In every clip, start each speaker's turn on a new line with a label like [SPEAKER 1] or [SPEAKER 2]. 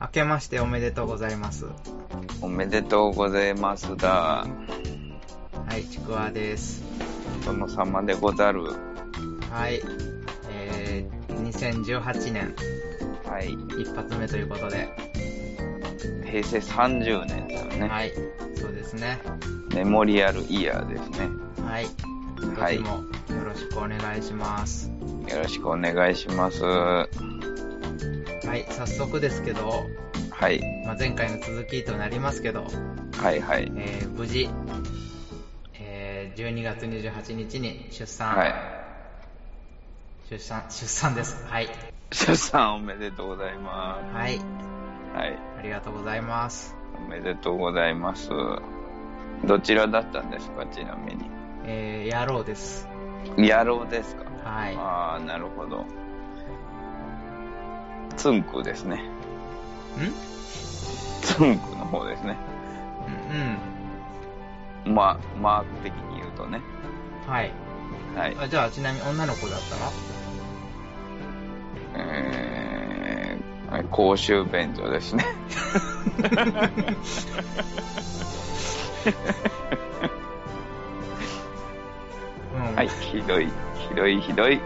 [SPEAKER 1] 明けましておめでとうございます。は
[SPEAKER 2] おめでとうございますだ。
[SPEAKER 1] い、ちくわです。
[SPEAKER 2] 殿様でござる。
[SPEAKER 1] はい。えー、2018年
[SPEAKER 2] はい。
[SPEAKER 1] 一発目ということで。
[SPEAKER 2] 平成30年ですよね。
[SPEAKER 1] はい。そうですね。
[SPEAKER 2] メモリアルイヤーですね。
[SPEAKER 1] はい。今
[SPEAKER 2] はい
[SPEAKER 1] 年もよろしくお願いします。
[SPEAKER 2] よろしくお願いします。は
[SPEAKER 1] はい、早速ですけど、
[SPEAKER 2] い。
[SPEAKER 1] まあ、前回の続きとなりますけど、
[SPEAKER 2] はいはい。
[SPEAKER 1] えー、無事、えー、12月28日に出産、
[SPEAKER 2] はい。
[SPEAKER 1] 出産、出産です。はい。
[SPEAKER 2] 出産おめでとうございま
[SPEAKER 1] はい。
[SPEAKER 2] す。はい。
[SPEAKER 1] ありがとうございます。
[SPEAKER 2] おめでとうございます。どちらだったんですか、ちなみ
[SPEAKER 1] えー、野郎です。
[SPEAKER 2] に。野郎ですか。
[SPEAKER 1] はい。
[SPEAKER 2] ああ、なるほど。つんくですね。
[SPEAKER 1] ん
[SPEAKER 2] つんくの方ですね。
[SPEAKER 1] うん。
[SPEAKER 2] まあ、マーク的に言うとね。
[SPEAKER 1] はい。
[SPEAKER 2] はい。
[SPEAKER 1] あじゃあ、ちなみに女の子だったの
[SPEAKER 2] えー、公衆便所です ね。
[SPEAKER 1] うん。
[SPEAKER 2] はい。。ひどい、ひどい、ひどい。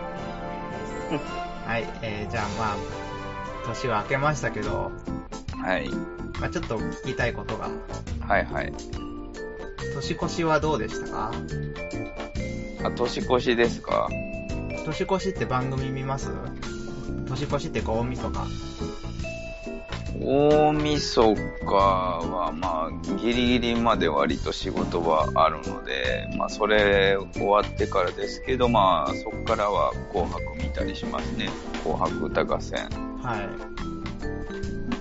[SPEAKER 1] はい。えー、じゃあ、まあ、年は明けましたけど、
[SPEAKER 2] はい。
[SPEAKER 1] まあ、ちょっと聞きたいことが、
[SPEAKER 2] はいはい。
[SPEAKER 1] 年越しはどうでしたか
[SPEAKER 2] あ、年越しですか
[SPEAKER 1] 年越しって番組見ます年越しっていうか大晦日。
[SPEAKER 2] 大晦日は、まあ、ギリギリまで割と仕事はあるので、まあ、それ終わってからですけど、まあ、そこからは紅白見たりしますね。紅白歌合戦。
[SPEAKER 1] は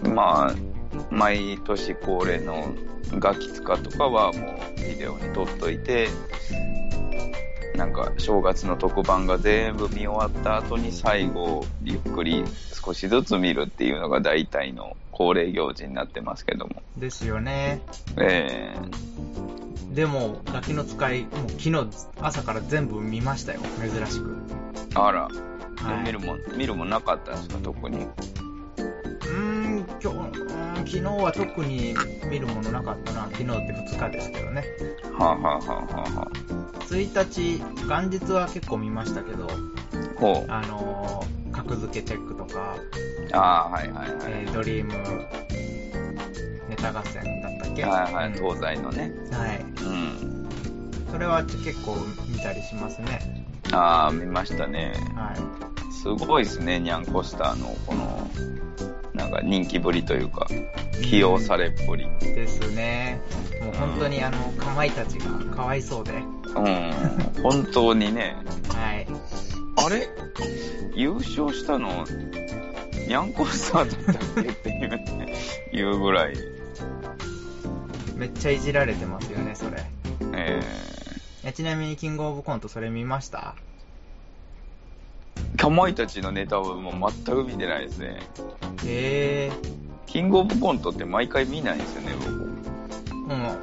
[SPEAKER 1] い。
[SPEAKER 2] まあ、毎年恒例のガキ使とかはもうビデオに撮っといて、なんか正月の特番が全部見終わった後に最後ゆっくり少しずつ見るっていうのが大体の恒例行事になってますけども。
[SPEAKER 1] ですよね。
[SPEAKER 2] え
[SPEAKER 1] でも、ガキの使い、もう昨日朝から全部見ましたよ。珍しく。
[SPEAKER 2] ー、あら、
[SPEAKER 1] はい
[SPEAKER 2] 見るもん、見るもんなかったんですか、特に。
[SPEAKER 1] うーん、今日、うーん昨日は特に見るものなかったな。昨日って2日ですけどね。
[SPEAKER 2] はあ、はあはあはあは
[SPEAKER 1] 1日、元日は結構見ましたけど、
[SPEAKER 2] あ、ほう。
[SPEAKER 1] あのー格付けチェックとか、
[SPEAKER 2] ああ、はいはいはい。
[SPEAKER 1] えードリームネタ合戦だったっけ
[SPEAKER 2] はいはい、
[SPEAKER 1] うん
[SPEAKER 2] 東西のね。
[SPEAKER 1] はい。
[SPEAKER 2] うん。
[SPEAKER 1] それは結構見たりしますね。
[SPEAKER 2] ああ、見ましたね。
[SPEAKER 1] はい。
[SPEAKER 2] すごいですね、ニャンコスターのこの、なんか人気ぶりというか、起用されっぷり。
[SPEAKER 1] ですね。もう本当にあの、かまいたちがかわいそうで。は
[SPEAKER 2] うん、本当にね。
[SPEAKER 1] い。
[SPEAKER 2] あれ優勝したの、ニャンコスターだったっけっていうね、いうぐらい。
[SPEAKER 1] めっちゃいじられてますよね、それ。
[SPEAKER 2] え
[SPEAKER 1] えちなみにキングオブコントそれ見ました
[SPEAKER 2] ー、かまいたちのネタをもう全く見てないですね。
[SPEAKER 1] へえ
[SPEAKER 2] キングオブコントって毎回見ないんですよね、僕。
[SPEAKER 1] うん。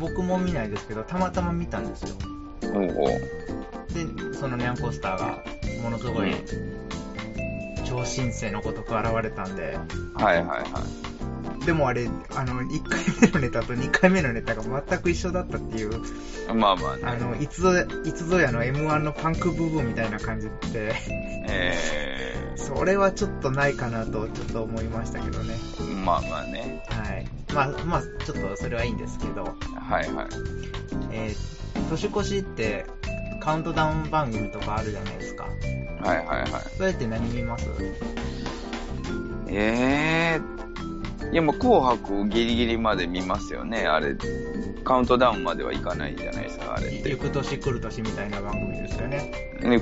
[SPEAKER 1] 僕も見ないですけど、たまたま見たんですよ。
[SPEAKER 2] おうおう
[SPEAKER 1] で、そのニャンコスターが、ものすごい、超新星のごとく現れたんで、
[SPEAKER 2] はいはいはい。
[SPEAKER 1] でもあれ、あの、1回目のネタと2回目のネタが全く一緒だったっていう、
[SPEAKER 2] まあまあね。
[SPEAKER 1] あの、いつぞ、いつぞやの M1 のパンクブームみたいな感じって、
[SPEAKER 2] え
[SPEAKER 1] それはちょっとないかなと、ちょっと思いましたけどね。
[SPEAKER 2] ー、まあまあね。
[SPEAKER 1] はい。まあ、まあ、ちょっとそれはいいんですけど、
[SPEAKER 2] はいはい。
[SPEAKER 1] えー、年越しって、カウントダウン番組とかあるじゃないですか。
[SPEAKER 2] はいはいはい。
[SPEAKER 1] それって何見ます
[SPEAKER 2] ええいやもう紅白ギリギリまで見ますよね、あれ。カウントダウンまではいかないじゃないですか、あれって。
[SPEAKER 1] 行く年来る年みたいな番組ですよね。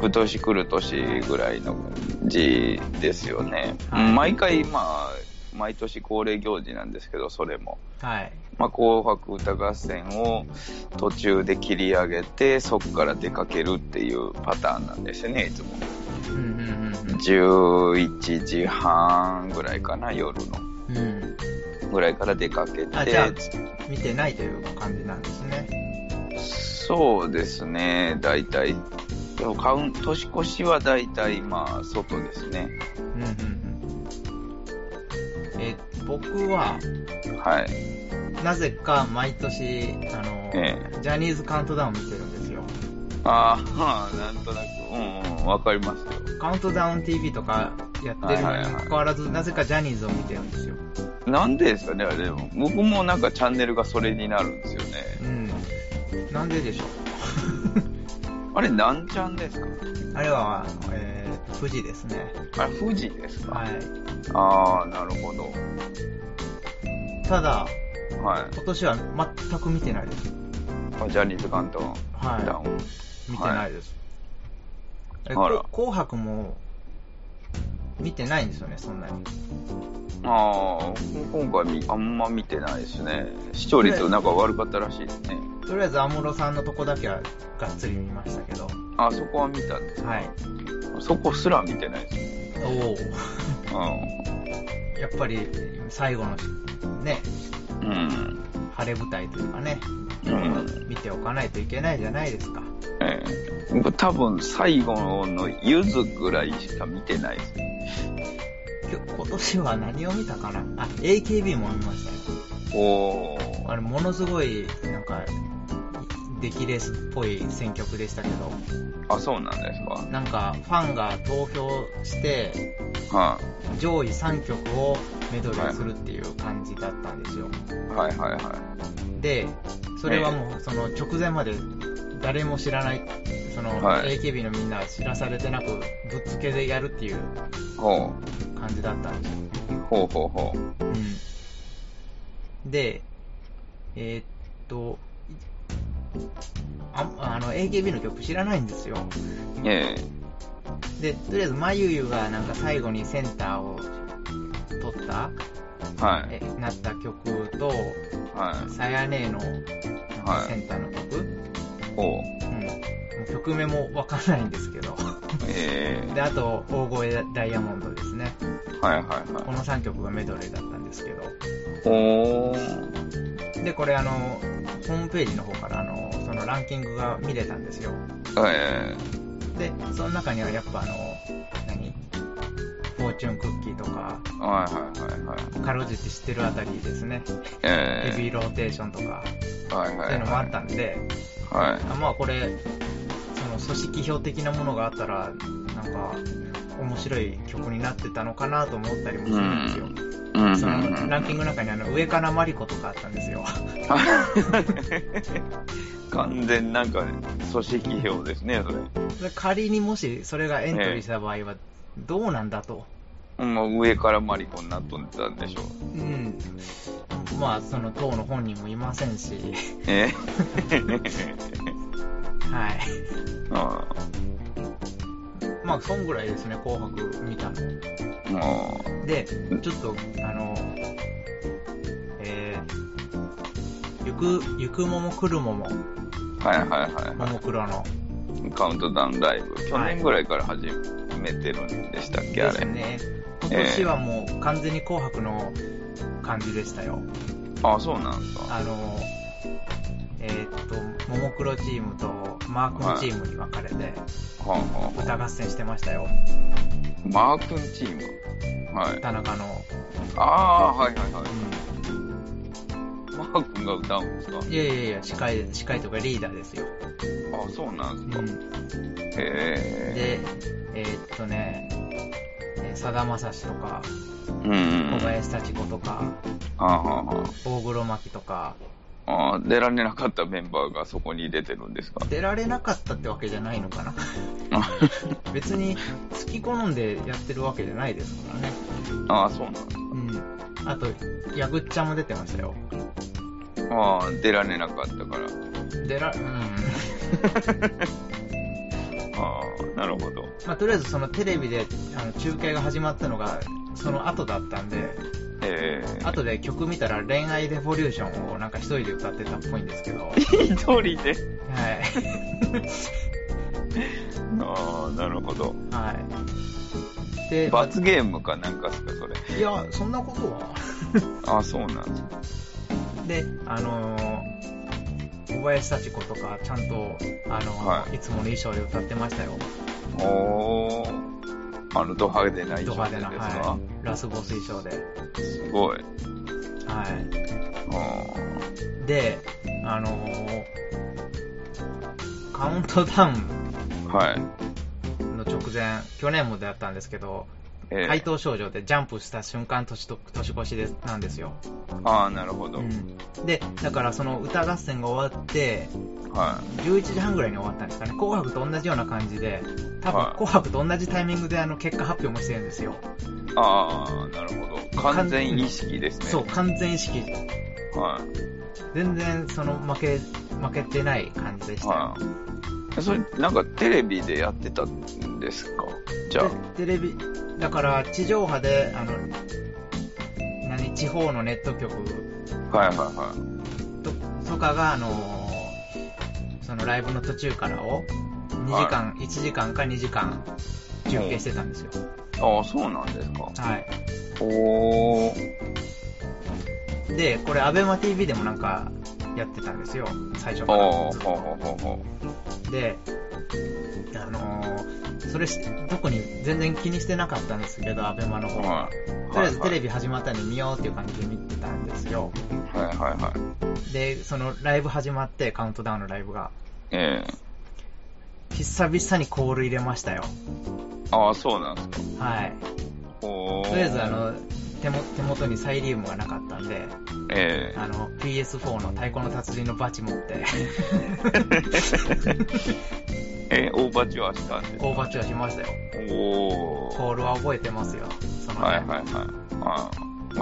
[SPEAKER 2] く年来る年ぐらいの字ですよね。
[SPEAKER 1] はい
[SPEAKER 2] うん毎回、まあ、毎年恒例行事なんですけど、それも。
[SPEAKER 1] はい。
[SPEAKER 2] まあ、紅白歌合戦を途中で切り上げて、そこから出かけるっていうパターンなんですよね、いつも。
[SPEAKER 1] うんうん
[SPEAKER 2] 11時半ぐらいかな、夜の。
[SPEAKER 1] うんうん。うん。
[SPEAKER 2] ぐらいから出かけ
[SPEAKER 1] あじゃあ
[SPEAKER 2] て、
[SPEAKER 1] 見てないという感じなんですね。
[SPEAKER 2] そうですね、大体。でもカウン年越しは大体、まあ、外ですね。
[SPEAKER 1] うんうんうん。えー、僕は、
[SPEAKER 2] はい。
[SPEAKER 1] なぜか毎年、あの、
[SPEAKER 2] え
[SPEAKER 1] ジャニーズカウントダウン見てるんですよ。
[SPEAKER 2] えああ、なんとなく、うん、うん、わかりますよ。
[SPEAKER 1] カウントダウン TV とかやってるのに関わらず、なぜかジャニーズを見てるんですよ。
[SPEAKER 2] なんでですかね、あれ。僕もなんかチャンネルがそれになるんですよね。
[SPEAKER 1] うん。なんででしょう
[SPEAKER 2] あれ、なんちゃんですか
[SPEAKER 1] あれは、えー、富士ですね。
[SPEAKER 2] あれ、富士ですか、
[SPEAKER 1] はい。
[SPEAKER 2] ああ、なるほど。
[SPEAKER 1] ただ、
[SPEAKER 2] はい。
[SPEAKER 1] 今年は全く見てないです。
[SPEAKER 2] まあジャニーズ関東ダ
[SPEAKER 1] は
[SPEAKER 2] ウ
[SPEAKER 1] い。
[SPEAKER 2] ン。
[SPEAKER 1] 見てないです。え
[SPEAKER 2] あら
[SPEAKER 1] こ紅白も、見てないんですよね、そんなに。
[SPEAKER 2] ああ、今回みあんま見てないですね。視聴率なんか悪かったらしいですね。
[SPEAKER 1] とりあえず安室さんのとこだけはがっつり見ましたけど。
[SPEAKER 2] あそこは見たんです。
[SPEAKER 1] はい。
[SPEAKER 2] そこすら見てないです。
[SPEAKER 1] おお。
[SPEAKER 2] う
[SPEAKER 1] やっぱり、最後の、ね、
[SPEAKER 2] ん。うん。
[SPEAKER 1] 晴れ舞台というかね、
[SPEAKER 2] うん。
[SPEAKER 1] 見ておかないといけないじゃないですか。
[SPEAKER 2] ええ僕多分最後のゆずぐらいしか見てないです。
[SPEAKER 1] きょ今年は何を見たかなあ、AKB も見ましたよ。
[SPEAKER 2] お
[SPEAKER 1] あ
[SPEAKER 2] ー。
[SPEAKER 1] れ、ものすごい、なんか、出来レースっぽい選曲でしたけど、
[SPEAKER 2] あ、そうなんですか。
[SPEAKER 1] なんか、ファンが投票して、
[SPEAKER 2] は
[SPEAKER 1] 上位3曲をメドレーするっていう感じだったんですよ。
[SPEAKER 2] い、はいはいは
[SPEAKER 1] で、それはもう、その直前まで誰も知らない、その、
[SPEAKER 2] はい
[SPEAKER 1] AKB のみんなは知らされてなく、ぶっつけでやるっていう
[SPEAKER 2] い。ほ
[SPEAKER 1] 感じだったんですよ。
[SPEAKER 2] う。ほうほうほう。
[SPEAKER 1] うん。で、えーっと、ああの、AKB の曲知らないんですよ。
[SPEAKER 2] え
[SPEAKER 1] で、とりあえず、まゆゆがなんか最後にセンターを取った、
[SPEAKER 2] えはい。
[SPEAKER 1] えなった曲と、
[SPEAKER 2] は
[SPEAKER 1] さやねえのなんかセンターの曲、
[SPEAKER 2] い。ほう。
[SPEAKER 1] うん。もう曲名もわかんないんですけど。
[SPEAKER 2] ええ
[SPEAKER 1] で、あと、大声ダイヤモンドですね。
[SPEAKER 2] はいはいは
[SPEAKER 1] この3曲がメドレーだったんですけど。
[SPEAKER 2] い。ほう。
[SPEAKER 1] で、これあの、ホームページの方からあの、そのランキングが見れたんですよ。
[SPEAKER 2] え
[SPEAKER 1] で、その中にはやっぱあの、何フォーチュンクッキーとか、
[SPEAKER 2] えはいはいはいはい。
[SPEAKER 1] かろうじて知ってるあたりですね。ヘ
[SPEAKER 2] え
[SPEAKER 1] ビーローテーションとか、っ
[SPEAKER 2] えはいは
[SPEAKER 1] ていう
[SPEAKER 2] い
[SPEAKER 1] のもあ
[SPEAKER 2] は
[SPEAKER 1] っ
[SPEAKER 2] い。
[SPEAKER 1] たんで、
[SPEAKER 2] はい。
[SPEAKER 1] あまあこれ、その組織票的なものがあったら、なんか、面白い曲になってたのかなと思ったりもするんですよ。
[SPEAKER 2] うんうんうん
[SPEAKER 1] そのランキングの中にあの、上からマリコとかあったんですよ。
[SPEAKER 2] 完全なんか、ね、組織票ですね、それ。
[SPEAKER 1] で仮にもしそれがエントリーした場合は、どうなんだと。
[SPEAKER 2] もう上からマリコになっとったんでしょう。
[SPEAKER 1] うん。まあ、その党の本人もいませんし、
[SPEAKER 2] え
[SPEAKER 1] はい。
[SPEAKER 2] えあ
[SPEAKER 1] まあ、そんぐらいですね、紅白見たの。
[SPEAKER 2] あも
[SPEAKER 1] で、ちょっと、あの、えー、ゆく、ゆくももくるもも、
[SPEAKER 2] う、はいはいはい
[SPEAKER 1] も
[SPEAKER 2] は
[SPEAKER 1] もクロの、
[SPEAKER 2] い。カウントダウンライブ。去年ぐらいから始めてるんでしたっけ、
[SPEAKER 1] で
[SPEAKER 2] あ
[SPEAKER 1] す
[SPEAKER 2] れ。
[SPEAKER 1] ね。今年はもう完全に紅白の感じでしたよ。
[SPEAKER 2] ああ、そうなんですか。
[SPEAKER 1] あの、えーっと、ももクロチームとマー君チームに分かれて
[SPEAKER 2] はあはあは
[SPEAKER 1] 歌合戦してましたよ。
[SPEAKER 2] あ、マー君チーム。はい。
[SPEAKER 1] 田中の。
[SPEAKER 2] ああ、はいはいはい。マー君が歌うんですか
[SPEAKER 1] うん。いやいやいや、司会、司会とかリーダーですよ。
[SPEAKER 2] ああ、そうなん
[SPEAKER 1] う
[SPEAKER 2] ですか。
[SPEAKER 1] ん。
[SPEAKER 2] へ
[SPEAKER 1] で、えーっとね、えーさだまさしとか、
[SPEAKER 2] え。うんう
[SPEAKER 1] 小
[SPEAKER 2] んうん。
[SPEAKER 1] 林幸子とか、
[SPEAKER 2] ああはあはあ。
[SPEAKER 1] 大黒摩季とか、
[SPEAKER 2] あー出られなかったメンバーがそこに出てるんですか
[SPEAKER 1] 出られなかったってわけじゃないのかな。
[SPEAKER 2] あ
[SPEAKER 1] 別に、好き好んでやってるわけじゃないですからね。
[SPEAKER 2] あー、そうなんです
[SPEAKER 1] うん。あと、ヤグッチャも出てましたよ。
[SPEAKER 2] か。ああ、出られなかったから。
[SPEAKER 1] 出ら、うん。
[SPEAKER 2] ああ、なるほど。
[SPEAKER 1] まあ、とりあえずそのテレビであの中継が始まったのがその後だったんで、
[SPEAKER 2] ええ
[SPEAKER 1] 後で曲見たら恋愛レボリューションをなんか一人で歌ってたっぽいんですけど、はい。
[SPEAKER 2] 一人で。ああ、なるほど。
[SPEAKER 1] はい。で、
[SPEAKER 2] 罰ゲームかなんかですか、それ。
[SPEAKER 1] いや、そんなことは。
[SPEAKER 2] ああ、そうなんですか。
[SPEAKER 1] で、あのー、小林幸子とかちゃんと、あのー、
[SPEAKER 2] はい
[SPEAKER 1] つもの衣装で歌ってましたよ。
[SPEAKER 2] おー。あの、ド派手な衣
[SPEAKER 1] ド
[SPEAKER 2] 装
[SPEAKER 1] 派
[SPEAKER 2] で
[SPEAKER 1] 手
[SPEAKER 2] です
[SPEAKER 1] な、
[SPEAKER 2] か、
[SPEAKER 1] はい、ラスボス衣装で。
[SPEAKER 2] すごい。
[SPEAKER 1] はい。
[SPEAKER 2] う
[SPEAKER 1] で、あのーカウントダウ
[SPEAKER 2] んはい。
[SPEAKER 1] ンの直前、去年もだったんですけど、
[SPEAKER 2] えー
[SPEAKER 1] 怪盗少女でジャンプした瞬間年と年越しですなんですよ、
[SPEAKER 2] ああ、なるほど。
[SPEAKER 1] うんで、だからその歌合戦が終わって、
[SPEAKER 2] は
[SPEAKER 1] 11時半ぐらいに終わったんですかね、紅白と同じような感じで、多分
[SPEAKER 2] はい
[SPEAKER 1] 紅白と同じタイミングであの結果発表もしてるんですよ。
[SPEAKER 2] い。ああ、なるほど。完全意識ですね。
[SPEAKER 1] そう、完全意識。
[SPEAKER 2] は
[SPEAKER 1] 全然その負け、負けてない感じでし
[SPEAKER 2] い。
[SPEAKER 1] たよ。
[SPEAKER 2] はい。それ、なんかテレビでやってたんですかじゃ
[SPEAKER 1] でテレビだから地上波であの何地方のネット局
[SPEAKER 2] あ。はいはいは
[SPEAKER 1] ととかがあのーそのライブの途中からを2時間、1時間か2時間中継してたんですよ、
[SPEAKER 2] い。ああ、そうなんですか。
[SPEAKER 1] はい、
[SPEAKER 2] おー。
[SPEAKER 1] でこれ ABEMATV でもなんかやってたんですよ最初
[SPEAKER 2] ああ、
[SPEAKER 1] から
[SPEAKER 2] ほう
[SPEAKER 1] ずっ
[SPEAKER 2] ほうほうほ
[SPEAKER 1] とであのーそれし特に全然気にしてなかったんですけど ABEMA の
[SPEAKER 2] う。
[SPEAKER 1] 方は
[SPEAKER 2] は
[SPEAKER 1] とりあえずテレ
[SPEAKER 2] ビ。
[SPEAKER 1] ビ始まったんで見ようっていう感じで見てたんですよ、
[SPEAKER 2] はいはいはい。
[SPEAKER 1] で、そのライブ始まって、カウントダウンのライブが。
[SPEAKER 2] ええ
[SPEAKER 1] 久々にコール入れましたよ。
[SPEAKER 2] ああ、そうなんですか。
[SPEAKER 1] はい。
[SPEAKER 2] おー。
[SPEAKER 1] とりあえず、あ、の、手も手元にサイリウムがなかったんで、
[SPEAKER 2] ええ
[SPEAKER 1] あの、PS4 の太鼓の達人のバチ持 って、
[SPEAKER 2] えー、大鉢はしたんですか
[SPEAKER 1] 大バチはしましたよ。
[SPEAKER 2] おー。
[SPEAKER 1] コールは覚えてますよ。その、
[SPEAKER 2] はいはいはい。あーま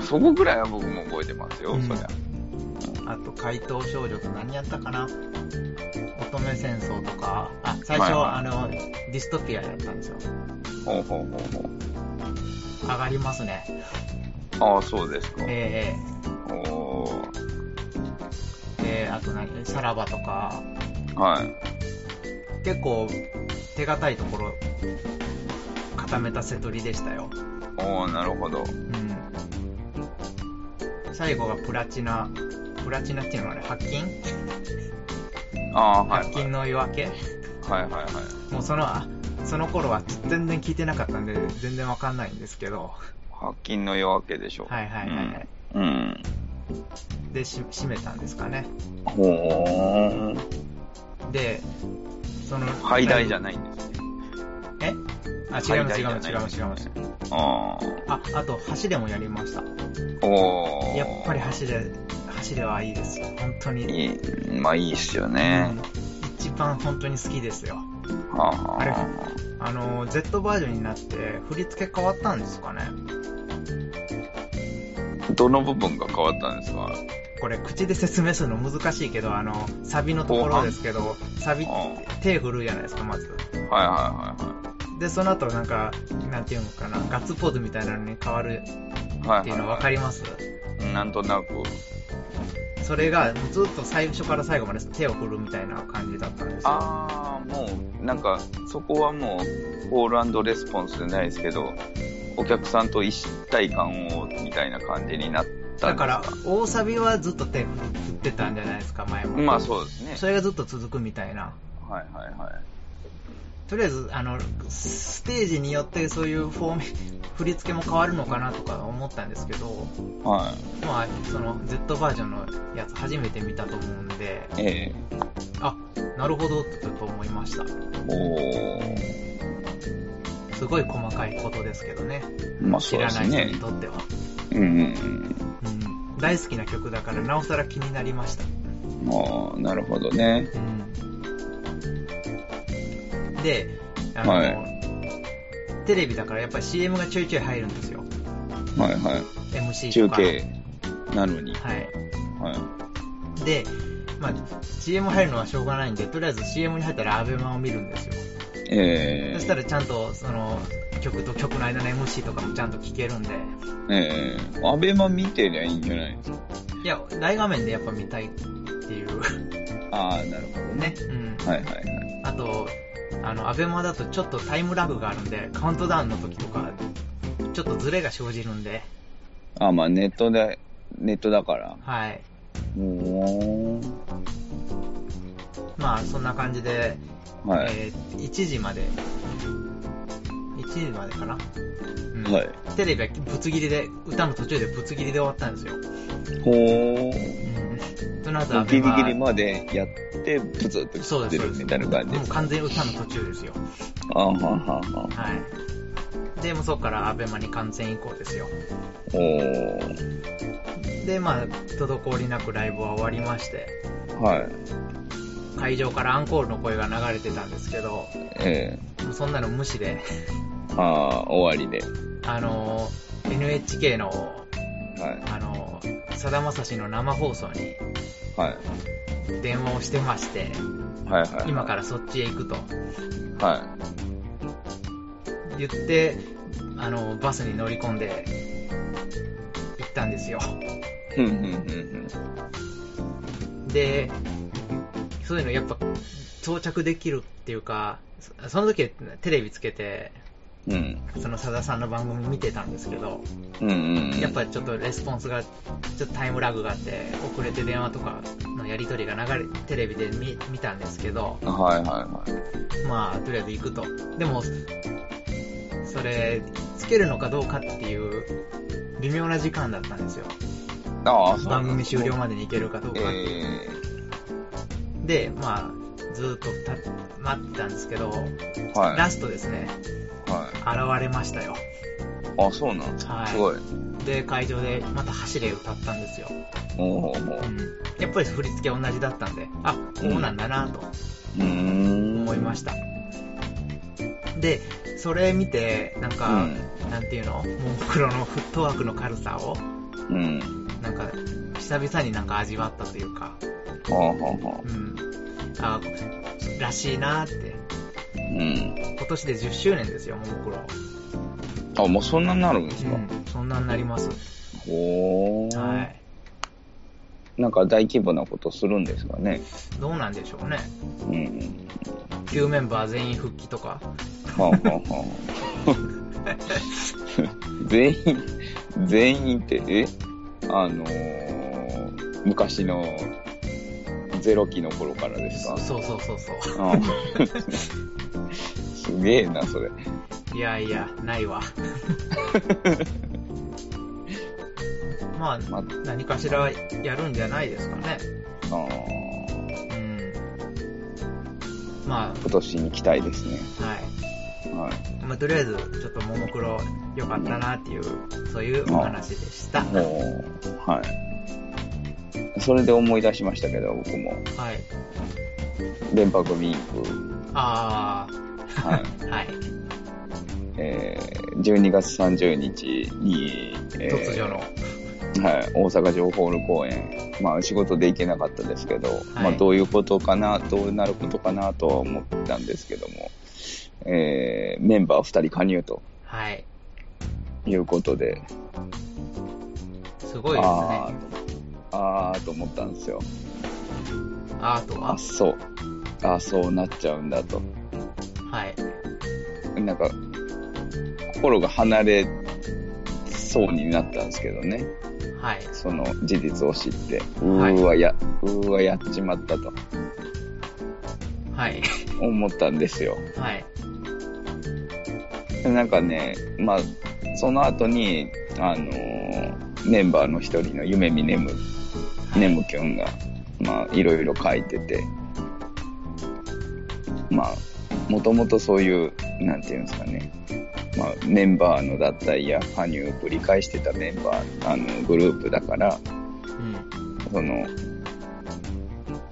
[SPEAKER 2] あ、そこぐらいは僕も覚えてますよ、
[SPEAKER 1] うん
[SPEAKER 2] そりゃ。
[SPEAKER 1] あと、怪盗少女と何やったかな乙女戦争とか、あ、最初、
[SPEAKER 2] は
[SPEAKER 1] あの、ディストピアやったんですよ。
[SPEAKER 2] ほうほうほうほう。
[SPEAKER 1] 上がりますね。
[SPEAKER 2] ああ、そうですか。
[SPEAKER 1] え
[SPEAKER 2] おー。
[SPEAKER 1] えで、あと何さらばとか、
[SPEAKER 2] はい。
[SPEAKER 1] 結構手堅いところ固めた瀬取りでしたよ、
[SPEAKER 2] おー、なるほど。
[SPEAKER 1] うん、最後がプラチナプラチナっていうのはね白金
[SPEAKER 2] ああ、はい
[SPEAKER 1] 白。金の夜明け
[SPEAKER 2] はいはいはい。
[SPEAKER 1] もうそのあその頃は全然聞いてなかったんで全然わかんないんですけど
[SPEAKER 2] 白金の夜明けでしょ。
[SPEAKER 1] はいはいはいはい、
[SPEAKER 2] うん。
[SPEAKER 1] でし締めたんですかね
[SPEAKER 2] ほー。
[SPEAKER 1] でその
[SPEAKER 2] ハイダイじゃないんですね。
[SPEAKER 1] えあ違います違い
[SPEAKER 2] ハイ
[SPEAKER 1] ま
[SPEAKER 2] ダイ
[SPEAKER 1] す
[SPEAKER 2] じ
[SPEAKER 1] 違い
[SPEAKER 2] ゃない
[SPEAKER 1] ます違います
[SPEAKER 2] あ
[SPEAKER 1] ああと橋でもやりました
[SPEAKER 2] あ。おー。
[SPEAKER 1] やっぱり橋で橋ではいいです本当に
[SPEAKER 2] いい、まあいいっすよね。
[SPEAKER 1] うん一番本当に好きですよ
[SPEAKER 2] はあ
[SPEAKER 1] あれ
[SPEAKER 2] は
[SPEAKER 1] あの Z バージョンになって振り付け変わったんですかね
[SPEAKER 2] あ。どの部分が変わったんですか
[SPEAKER 1] これ口で説明するの難しいけどあのサビのところですけどサビっ
[SPEAKER 2] あ
[SPEAKER 1] て手振るじゃないですかまず
[SPEAKER 2] はいはいは
[SPEAKER 1] でその後なんかなんていうのかなガッツポーズみたいなのに変わる
[SPEAKER 2] いはい。は
[SPEAKER 1] って
[SPEAKER 2] い
[SPEAKER 1] いう
[SPEAKER 2] は
[SPEAKER 1] の
[SPEAKER 2] い
[SPEAKER 1] 分かります
[SPEAKER 2] はい。なんとなく。
[SPEAKER 1] それがずっと最初から最後まで手を振るみたいな感じだったんですよ
[SPEAKER 2] ああ、もう、なんか、そこはもう、コールレスポンスじゃないですけど、お客さんと一体感を、みたいな感じになったんです
[SPEAKER 1] だから大サビはずっと手振ってたんじゃないですか前も、
[SPEAKER 2] まあそうですね。
[SPEAKER 1] それがずっと続くみたいな
[SPEAKER 2] はいはいはい。
[SPEAKER 1] とりあえずあのステージによってそういうフォーメ 振り付けも変わるのかなとか思ったんですけど、
[SPEAKER 2] は
[SPEAKER 1] まあ、その Z バージョンのやつ初めて見たと思うんで
[SPEAKER 2] い。ええ
[SPEAKER 1] あなるほどってちょっと思いました
[SPEAKER 2] おー。
[SPEAKER 1] すごい細かいことですけどね
[SPEAKER 2] まあ
[SPEAKER 1] 知
[SPEAKER 2] そうで
[SPEAKER 1] らな
[SPEAKER 2] す
[SPEAKER 1] い人
[SPEAKER 2] ね
[SPEAKER 1] に。とっては、
[SPEAKER 2] うんうん
[SPEAKER 1] うん、大好きな曲だからなおさら気になりました、
[SPEAKER 2] うん。ああ、なるほどね。
[SPEAKER 1] うん、であの、
[SPEAKER 2] は
[SPEAKER 1] テレビだからやっぱり CM がちょいちょい入るんですよ
[SPEAKER 2] はいは
[SPEAKER 1] MC
[SPEAKER 2] い。
[SPEAKER 1] と
[SPEAKER 2] 中
[SPEAKER 1] か
[SPEAKER 2] 継なのに。
[SPEAKER 1] はい
[SPEAKER 2] はい。
[SPEAKER 1] で、まあ、CM 入るのはしょうがないんで、とりあえず CM に入ったらアベマを見るんですよ。
[SPEAKER 2] ええ
[SPEAKER 1] そしたらちゃんと、その、曲と曲の間の MC とかもちゃんと聞けるんで、
[SPEAKER 2] ええアベマ見てりゃいいんじゃないですか。
[SPEAKER 1] いや、大画面でやっぱ見たいっていう、
[SPEAKER 2] ああ、なるほどね
[SPEAKER 1] ね。。うん。
[SPEAKER 2] はいはいはい。
[SPEAKER 1] あと、あの、アベマだとちょっとタイムラグがあるんで、カウントダウンの時とか、ちょっとズレが生じるんで、
[SPEAKER 2] あ、まあネットで、ネットだから。
[SPEAKER 1] はい。
[SPEAKER 2] おー。
[SPEAKER 1] まあ、そんな感じで、
[SPEAKER 2] はい。
[SPEAKER 1] えー1時まで、1時までかな。うん
[SPEAKER 2] はい。
[SPEAKER 1] テレビはぶつ切りで、歌の途中でぶつ切りで終わったんですよ。
[SPEAKER 2] ほ
[SPEAKER 1] う
[SPEAKER 2] ー。
[SPEAKER 1] ん。その後は
[SPEAKER 2] ギリギリまでやって、プツッと
[SPEAKER 1] そう
[SPEAKER 2] 切
[SPEAKER 1] ですそうで
[SPEAKER 2] ってる
[SPEAKER 1] す
[SPEAKER 2] みたいな感じ
[SPEAKER 1] も
[SPEAKER 2] で
[SPEAKER 1] う
[SPEAKER 2] す。
[SPEAKER 1] 完全に歌の途中ですよ。
[SPEAKER 2] あははは。
[SPEAKER 1] はい。で、もうそこからアベマに完全移行ですよ。
[SPEAKER 2] おー。
[SPEAKER 1] で、まあ、滞りなくライブは終わりまして、
[SPEAKER 2] はい。
[SPEAKER 1] 会場からアンコールの声が流れてたんですけど、
[SPEAKER 2] え
[SPEAKER 1] もうそんなの無視で、
[SPEAKER 2] えああ、終わりで。
[SPEAKER 1] あのー、NHK の、
[SPEAKER 2] は
[SPEAKER 1] あのー、さだまさしの生放送に
[SPEAKER 2] い。はい。
[SPEAKER 1] 電話をしてまして、
[SPEAKER 2] はいはい、はい。
[SPEAKER 1] 今からそっちへ行くと
[SPEAKER 2] ら。はい。
[SPEAKER 1] 言って、あのー、バスに乗り込んで、行ったんですよ。
[SPEAKER 2] ふんふんふんふん。
[SPEAKER 1] で、そういうのやっぱ到着できるっていうか、そその時テレビつけて、
[SPEAKER 2] うん。
[SPEAKER 1] そのさださんの番組見てたんですけど、
[SPEAKER 2] うんうんうん。
[SPEAKER 1] やっぱちょっとレスポンスが、ちょっとタイムラグがあって、遅れて電話とかのやり取りが流れ、テレビで見見たんですけど、
[SPEAKER 2] はいはいは
[SPEAKER 1] まあ、とりあえず行くと。でも、それ、つけるのかどうかっていう、微妙な時間だったんですよ。
[SPEAKER 2] い。ああ、そうな
[SPEAKER 1] 番
[SPEAKER 2] んだ
[SPEAKER 1] 組終了までに行けるかどうか
[SPEAKER 2] え
[SPEAKER 1] っていう
[SPEAKER 2] え
[SPEAKER 1] で、まあ、ずーっとた待ってたんですけど、
[SPEAKER 2] はい。
[SPEAKER 1] ラストですね、
[SPEAKER 2] は
[SPEAKER 1] 現れましたよ。
[SPEAKER 2] い。あ、そうなんですか。
[SPEAKER 1] はい
[SPEAKER 2] すごい。
[SPEAKER 1] で、会場でまた走れ歌ったんですよ。
[SPEAKER 2] おーお
[SPEAKER 1] う
[SPEAKER 2] ー。
[SPEAKER 1] ん。やっぱり振り付け同じだったんで、あ、こうなんだなと
[SPEAKER 2] うーん。
[SPEAKER 1] 思いました。で、それ見て、なん
[SPEAKER 2] た
[SPEAKER 1] か、なんていうのももクロのフットワークの軽さを、
[SPEAKER 2] うん。うん。
[SPEAKER 1] なんか、久々になんか味わったというか、
[SPEAKER 2] あはは。
[SPEAKER 1] うん。あ、らしいなーって。
[SPEAKER 2] うん。
[SPEAKER 1] 今年で10周年ですよ、ももクロ。
[SPEAKER 2] あ、もうそんなになるんですか、
[SPEAKER 1] うん、そんなになります。
[SPEAKER 2] ほー。
[SPEAKER 1] は。い。
[SPEAKER 2] なんか大規模なことするんですかね。
[SPEAKER 1] どうなんでしょうね。
[SPEAKER 2] うんうん。
[SPEAKER 1] 旧メンバー全員復帰とか。
[SPEAKER 2] はあは あはあ全員、全員って、えあのー、昔のゼロ期の頃からですか
[SPEAKER 1] そうそうそうそう。
[SPEAKER 2] あー すげえな、それ。
[SPEAKER 1] いやいや、ないわ。 まあ、
[SPEAKER 2] まあ
[SPEAKER 1] 何かしらやるんじゃないですかね。
[SPEAKER 2] ー
[SPEAKER 1] うん。ま
[SPEAKER 2] 今年に期待ですね。
[SPEAKER 1] あ、はい。
[SPEAKER 2] は
[SPEAKER 1] まあ、とりあえず、ちょっとももクロ良かったなっていう、そういうお話でした。
[SPEAKER 2] い。もう、はい。それで思い出しましたけど、僕も。
[SPEAKER 1] はい。
[SPEAKER 2] 電波組インク。
[SPEAKER 1] あ
[SPEAKER 2] はい。
[SPEAKER 1] あ、はい。
[SPEAKER 2] えー、12月30日に、えー
[SPEAKER 1] 突如の。
[SPEAKER 2] はい、大阪城ホール公演、まあ、仕事で行けなかったですけど、まあ、
[SPEAKER 1] はい
[SPEAKER 2] どういうことかな、どうなることかなとは思ってたんですけども、えーメンバー2人加入と
[SPEAKER 1] はい。
[SPEAKER 2] いうことで、
[SPEAKER 1] すごいです
[SPEAKER 2] あ
[SPEAKER 1] ね。
[SPEAKER 2] ーあーと思ったんですよ。
[SPEAKER 1] アートは
[SPEAKER 2] あ、。そう。あーそうなっちゃうんだと。
[SPEAKER 1] はい。
[SPEAKER 2] なんか、心が離れそうになったんですけどね、
[SPEAKER 1] はい。
[SPEAKER 2] その事実を知って、う
[SPEAKER 1] はい
[SPEAKER 2] ーわ、や、うーわ、やっちまったと
[SPEAKER 1] はい。
[SPEAKER 2] 思ったんですよ。
[SPEAKER 1] はい。
[SPEAKER 2] なんかね、まあ、その後に、あのーメンバーの一人の夢見ねむ、ねむきょんが、まあ、いろいろ書いてて、まあ、もともとそういう、なんていうんですかね、まあ、メンバーの脱退や加入を繰り返してたメンバー、あの、グループだから、
[SPEAKER 1] うん。
[SPEAKER 2] その、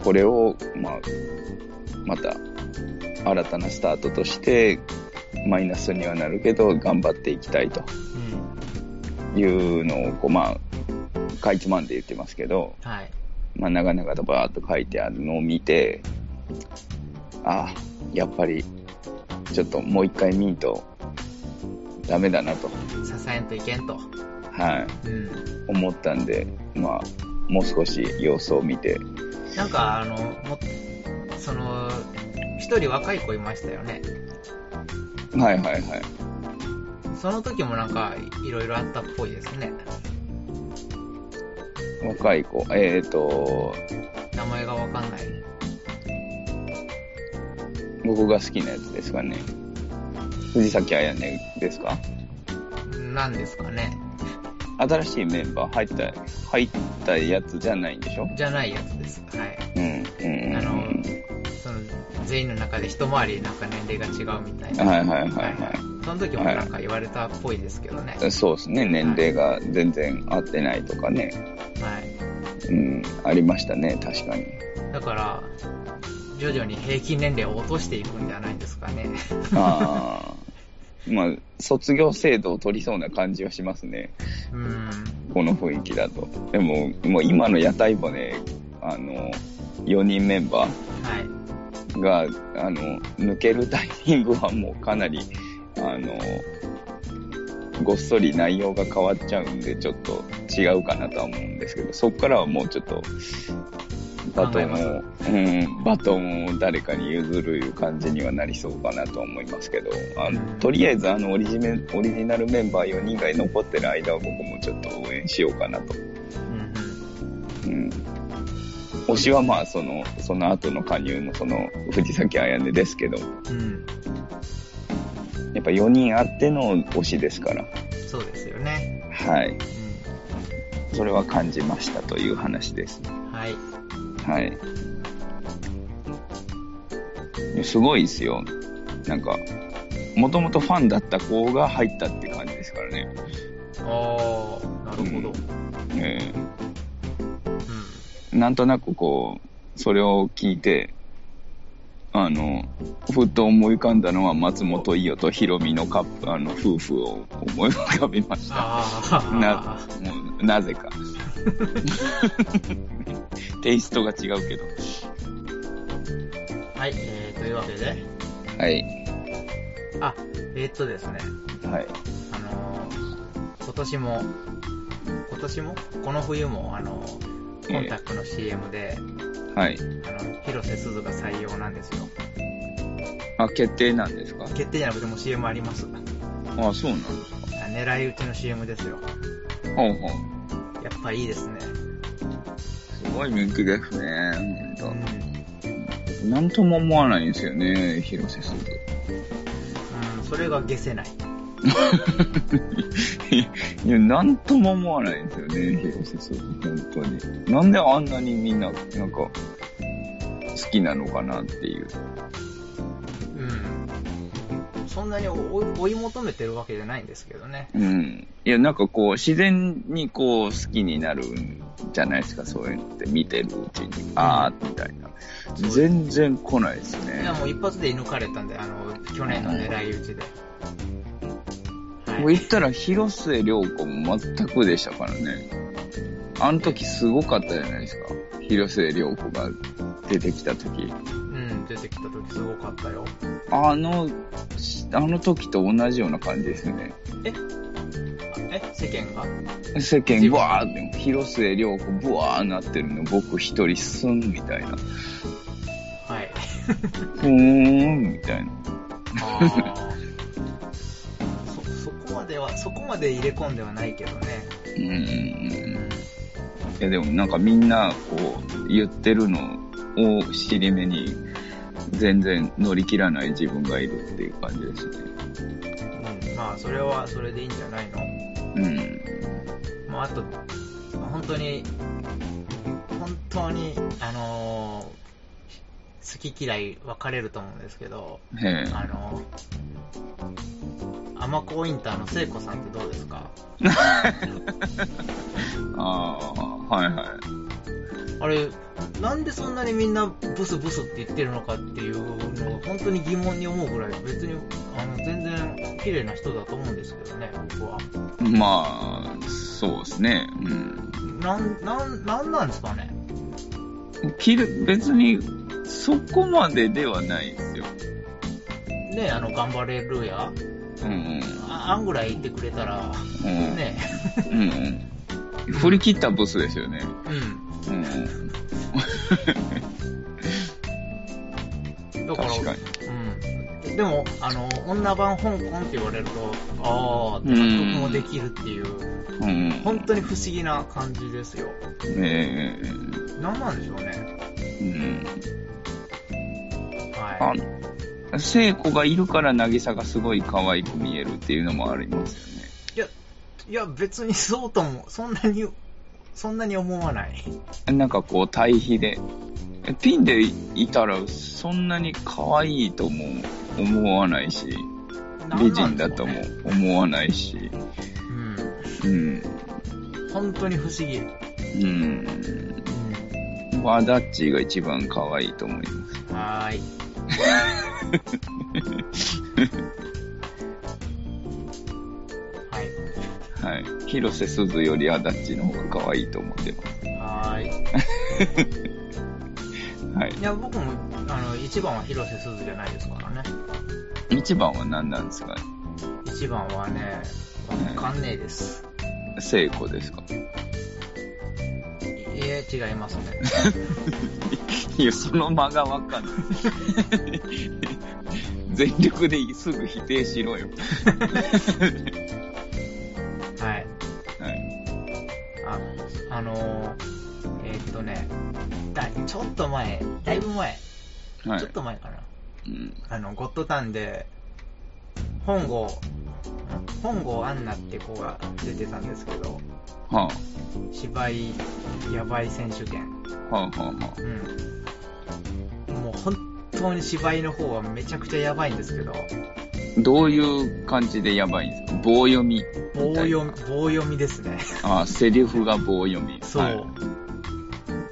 [SPEAKER 2] これを、まあ、また、新たなスタートとして、マイナスにはなるけど、頑張っていきたいと
[SPEAKER 1] うん。
[SPEAKER 2] いうのを、こう、まあ、かいつまんで言ってますけど、
[SPEAKER 1] はい。
[SPEAKER 2] まあ、長々とバーっと書いてあるのを見て、ああ、やっぱり、ちょっともう一回見んと、ダメだなと、
[SPEAKER 1] 支えんといけんと。
[SPEAKER 2] はい、
[SPEAKER 1] うん。
[SPEAKER 2] 思ったんで、まあ、もう少し様子を見て、
[SPEAKER 1] なんか、あの、も、その、一人若い子いましたよね。
[SPEAKER 2] はいはいはい。
[SPEAKER 1] その時もなんか、いろいろあったっぽいですね。
[SPEAKER 2] 若い子、えっ、と、
[SPEAKER 1] 名前がわかんない。
[SPEAKER 2] 僕が好きなやつですかね。藤崎あやねですか
[SPEAKER 1] なんですかね。
[SPEAKER 2] 新しいメンバー入った、入ったやつじゃないんでしょ
[SPEAKER 1] じゃないやつです。はい。
[SPEAKER 2] うん、うん、
[SPEAKER 1] あの
[SPEAKER 2] うん。
[SPEAKER 1] その全員の中で一回りなんか年齢が違うみたいな。
[SPEAKER 2] はいはいはいはい
[SPEAKER 1] その時もなんか言われたっぽいですけどね。
[SPEAKER 2] そうですね、年齢が全然合ってないとかね、
[SPEAKER 1] はい。
[SPEAKER 2] うん、ありましたね、確かに。
[SPEAKER 1] だから、徐々に平均年齢を落としていくんじゃないですかね。
[SPEAKER 2] ああ、まあ、卒業制度を取りそうな感じはしますね、
[SPEAKER 1] うん。
[SPEAKER 2] この雰囲気だと。でも、もう今の屋台骨、あの、4人メンバ
[SPEAKER 1] はい。
[SPEAKER 2] ーが、あの、抜けるタイミングはもうかなり、あの、ごっそり内容が変わっちゃうんで、ちょっと違うかなとは思うんですけど、そこからはもうちょっと、バトン
[SPEAKER 1] 考
[SPEAKER 2] を、うん、バトンを誰かに譲るいう感じにはなりそうかなと思いますけど、あのとりあえずあのオリジメオリジナルメンバー4人が残ってる間は僕もちょっと応援しようかなと。
[SPEAKER 1] うん
[SPEAKER 2] うん。推しはまあその、その後の加入のその藤崎あやねですけど、
[SPEAKER 1] うん。うん。
[SPEAKER 2] やっぱ4人あっての推しですから、
[SPEAKER 1] そうですよね。
[SPEAKER 2] はい。
[SPEAKER 1] う
[SPEAKER 2] それは感じましたという話です。
[SPEAKER 1] ん。はい。
[SPEAKER 2] はい。すごいですよ。なんか、もともとファンだった子が入ったって感じですからね。
[SPEAKER 1] ああ、なるほど。
[SPEAKER 2] え
[SPEAKER 1] うん。
[SPEAKER 2] ーなんとなくこう、それを聞いて、あの、ふっと思い浮かんだのは松本伊代とヒロミのカップ、あの、夫婦を思い浮かびました。
[SPEAKER 1] ああ、
[SPEAKER 2] なもうなぜか。 テイストが違うけど。
[SPEAKER 1] はい、えー、というわけで、
[SPEAKER 2] はい。
[SPEAKER 1] あ、えー、っとですね、
[SPEAKER 2] はい。
[SPEAKER 1] あのー、今年も、今年もこの冬も、あのー、コンタクトの CM で、
[SPEAKER 2] はい。
[SPEAKER 1] あの、広瀬すずが採用なんですよ。
[SPEAKER 2] あ、決定なんですか
[SPEAKER 1] 決定じゃなくてもう CM あります。
[SPEAKER 2] あ、そうなんですか。
[SPEAKER 1] あ狙い撃ちの CM ですよ。
[SPEAKER 2] ほうほう。
[SPEAKER 1] やっぱいいですね。
[SPEAKER 2] すごい人気ですね。
[SPEAKER 1] う
[SPEAKER 2] ほん
[SPEAKER 1] ん。
[SPEAKER 2] となんとも思わないんですよね、広瀬す
[SPEAKER 1] うん、それが消せない。
[SPEAKER 2] ず。いや、なんとも思わないんですよね、広瀬すず。本当に。なんであんなにみんな、なんか、好きなのかなっていう。
[SPEAKER 1] うん。そんなに追い追い求めてるわけじゃないんですけどね。
[SPEAKER 2] うん。いや、なんかこう、自然にこう、好きになるんじゃないですか、そういうのって。見てるうちに。あー、みたいな。全然来ないです
[SPEAKER 1] いや
[SPEAKER 2] ね。
[SPEAKER 1] もう一発で射抜かれたんで、あの、去年の狙い撃ちで。はい
[SPEAKER 2] もう言ったら広末涼子も全くでしたからね。あの時すごかったじゃないですか。広末涼子が出てきた時。
[SPEAKER 1] うん、出てきた時すごかったよ。
[SPEAKER 2] あの、しあの時と同じような感じですね。
[SPEAKER 1] あえ世間が
[SPEAKER 2] 世間、ブワーって、広末涼子、ブワーなってるの、僕一人すん、みたいな。
[SPEAKER 1] はい。
[SPEAKER 2] ふーん、みたいな。
[SPEAKER 1] あーそ、そこまでは、そこまで入れ込んではないけどね。
[SPEAKER 2] うんうんうん
[SPEAKER 1] う
[SPEAKER 2] うん。
[SPEAKER 1] ん。
[SPEAKER 2] いや、でもなんかみんな、こう、言ってるのを尻目に、全然乗り切らない自分がいるっていう感じですね。
[SPEAKER 1] うん、まあ、それは、それでいいんじゃないの
[SPEAKER 2] うん。
[SPEAKER 1] まあ、あと、本当に、本当に、あのー好き嫌い分かれると思うんですけど、
[SPEAKER 2] へえ。
[SPEAKER 1] あの ー、アマコインターの聖子さんってどうですか
[SPEAKER 2] ああ、はいは
[SPEAKER 1] あれ、なんでそんなにみんなブスブスって言ってるのかっていうのを本当に疑問に思うぐらい、別にあの全然綺麗な人だと思うんですけどね、僕は。
[SPEAKER 2] い。まあ、そうですね。うん。
[SPEAKER 1] なん、なん、なんなんですかね。
[SPEAKER 2] 切る、別に、そこまでではないですよ。
[SPEAKER 1] ねあの、頑張れるや、
[SPEAKER 2] うん
[SPEAKER 1] ああんぐらい言ってくれたら、
[SPEAKER 2] うん。うん。
[SPEAKER 1] ね
[SPEAKER 2] うんうん。振り切ったブスですよね。
[SPEAKER 1] う
[SPEAKER 2] うん。
[SPEAKER 1] ん。だから、
[SPEAKER 2] 確かに。
[SPEAKER 1] うん。でも、あの、女版香港って言われると、あーって納得もできるっていう、
[SPEAKER 2] うん。
[SPEAKER 1] 本当に不思議な感じですよ。
[SPEAKER 2] ええ
[SPEAKER 1] なんなんでしょうね。
[SPEAKER 2] うん。
[SPEAKER 1] はい。
[SPEAKER 2] あ聖子がいるから渚がすごい可愛く見えるっていうのもありますよね。
[SPEAKER 1] いや、別にそうとも、そんなに、そんなに思わない。
[SPEAKER 2] なんかこう対比で。ピンでいたらそんなに可愛いとも思わないし、美人だとも
[SPEAKER 1] う。
[SPEAKER 2] 思わないし、
[SPEAKER 1] うん。
[SPEAKER 2] うん。
[SPEAKER 1] 本当に不思議。
[SPEAKER 2] うん。
[SPEAKER 1] うん。
[SPEAKER 2] 僕はアダッチーが一番可愛いと思います。
[SPEAKER 1] は ーい。はい。
[SPEAKER 2] はい。広瀬すずよりアダッチーの方が可愛いと思ってます。
[SPEAKER 1] はーい。
[SPEAKER 2] はい。
[SPEAKER 1] いや、僕も、あの、一番は広瀬すずじゃないですからね。
[SPEAKER 2] 一番は何なんですかね
[SPEAKER 1] 一番はね、わかんねえです。
[SPEAKER 2] 聖子ですか
[SPEAKER 1] いえ、違いますね。
[SPEAKER 2] いや、その間がわかんない。 全力ですぐ否定しろよ。
[SPEAKER 1] はい。
[SPEAKER 2] はい。
[SPEAKER 1] あ、あのー、えーっとね、だ、ちょっと前、だいぶ前、
[SPEAKER 2] は
[SPEAKER 1] ちょっ
[SPEAKER 2] い。
[SPEAKER 1] と前かな。
[SPEAKER 2] うん。
[SPEAKER 1] あの、ゴッドタンで、本郷、本郷アンナって子が出てたんですけど、
[SPEAKER 2] は
[SPEAKER 1] 芝居、やばい選手権。
[SPEAKER 2] あ、はあ、はあ、は
[SPEAKER 1] うん。もう本当に芝居の方はめちゃくちゃやばいんですけど、
[SPEAKER 2] あ。どういう感じでやばいんですか棒読み。
[SPEAKER 1] 棒読み、棒読みですね。
[SPEAKER 2] ああ、セリフが棒読み。
[SPEAKER 1] そう。
[SPEAKER 2] はい、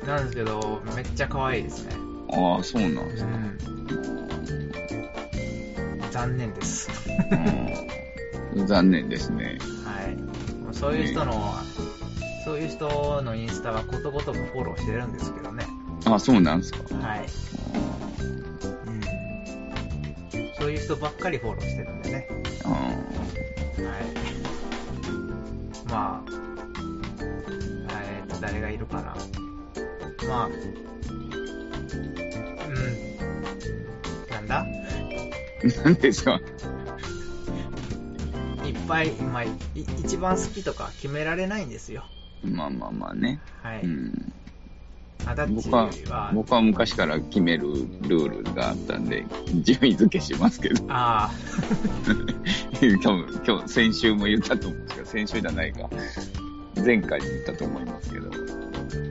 [SPEAKER 1] なんですけど、めっちゃ可愛いですね。
[SPEAKER 2] ああ、そうなんですか。
[SPEAKER 1] うん。残念です。
[SPEAKER 2] うん残念ですね。
[SPEAKER 1] はい。もうそういう人の、そういう人のインスタはことごとくフォローしてるんですけどね。
[SPEAKER 2] ああ、そうなんですか。
[SPEAKER 1] はい。うん。そういう人ばっかりフォローしてるんでね。
[SPEAKER 2] ああ
[SPEAKER 1] はい。まあ、えーと、誰がいるかな。まあ、うん。なんだ
[SPEAKER 2] 何ですか
[SPEAKER 1] いっぱい、まあ、い一番好きとか決められないんですよ。
[SPEAKER 2] まあまあまあね。
[SPEAKER 1] はい。
[SPEAKER 2] うん。
[SPEAKER 1] アダッチ
[SPEAKER 2] 僕は
[SPEAKER 1] は、
[SPEAKER 2] 僕は昔から決めるルールがあったんで、順位付けしますけど、
[SPEAKER 1] あ
[SPEAKER 2] 多分今日、先週も言ったと思うんですけど、先週じゃないか。前回に言ったと思いますけど、
[SPEAKER 1] あ、うん。言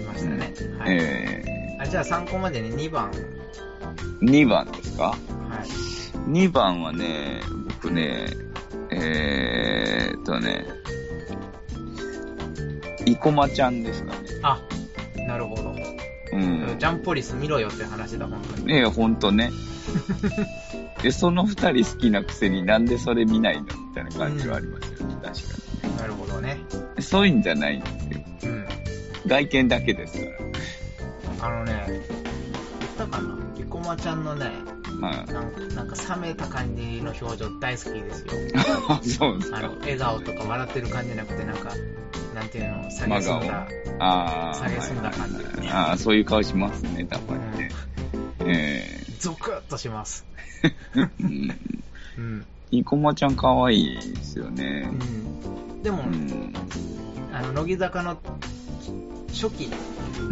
[SPEAKER 1] いましたね。はい。
[SPEAKER 2] え
[SPEAKER 1] あじゃあ参考までに2番。
[SPEAKER 2] ー、2番ですか
[SPEAKER 1] はい。
[SPEAKER 2] ?2 番はね、僕ね、えーっとね、生駒ちゃんですかね。
[SPEAKER 1] あ、なるほど。
[SPEAKER 2] う
[SPEAKER 1] ジ
[SPEAKER 2] ん。
[SPEAKER 1] ャンポリス見ろよって話だ、本当に。
[SPEAKER 2] ええ、ほんと ね。で、その二人好きなくせになんでそれ見ないのみたいな感じはありますよね、確かに。
[SPEAKER 1] なるほどね。
[SPEAKER 2] そういうんじゃないんですよ。
[SPEAKER 1] うん。
[SPEAKER 2] 外見だけですか
[SPEAKER 1] あのね、言ったかな生駒ちゃんのね
[SPEAKER 2] ら。はい。
[SPEAKER 1] なん、なんか冷めた感じの表情大好きですよ。
[SPEAKER 2] あそうです
[SPEAKER 1] あ
[SPEAKER 2] か
[SPEAKER 1] の、。笑顔とか笑ってる感じじゃなくて、なんか、なんていうの、下げすん
[SPEAKER 2] 真
[SPEAKER 1] だ。
[SPEAKER 2] ああ。
[SPEAKER 1] 下げすんだ感じ
[SPEAKER 2] はいはいはいああ、そういう顔しますね、た
[SPEAKER 1] う
[SPEAKER 2] まに
[SPEAKER 1] ん
[SPEAKER 2] ね。え
[SPEAKER 1] ゾクッとします。
[SPEAKER 2] えうん。
[SPEAKER 1] うん。
[SPEAKER 2] 生駒ちゃん可愛いですよね
[SPEAKER 1] う。ん。でも
[SPEAKER 2] う、ん。
[SPEAKER 1] あの、乃木坂の初期、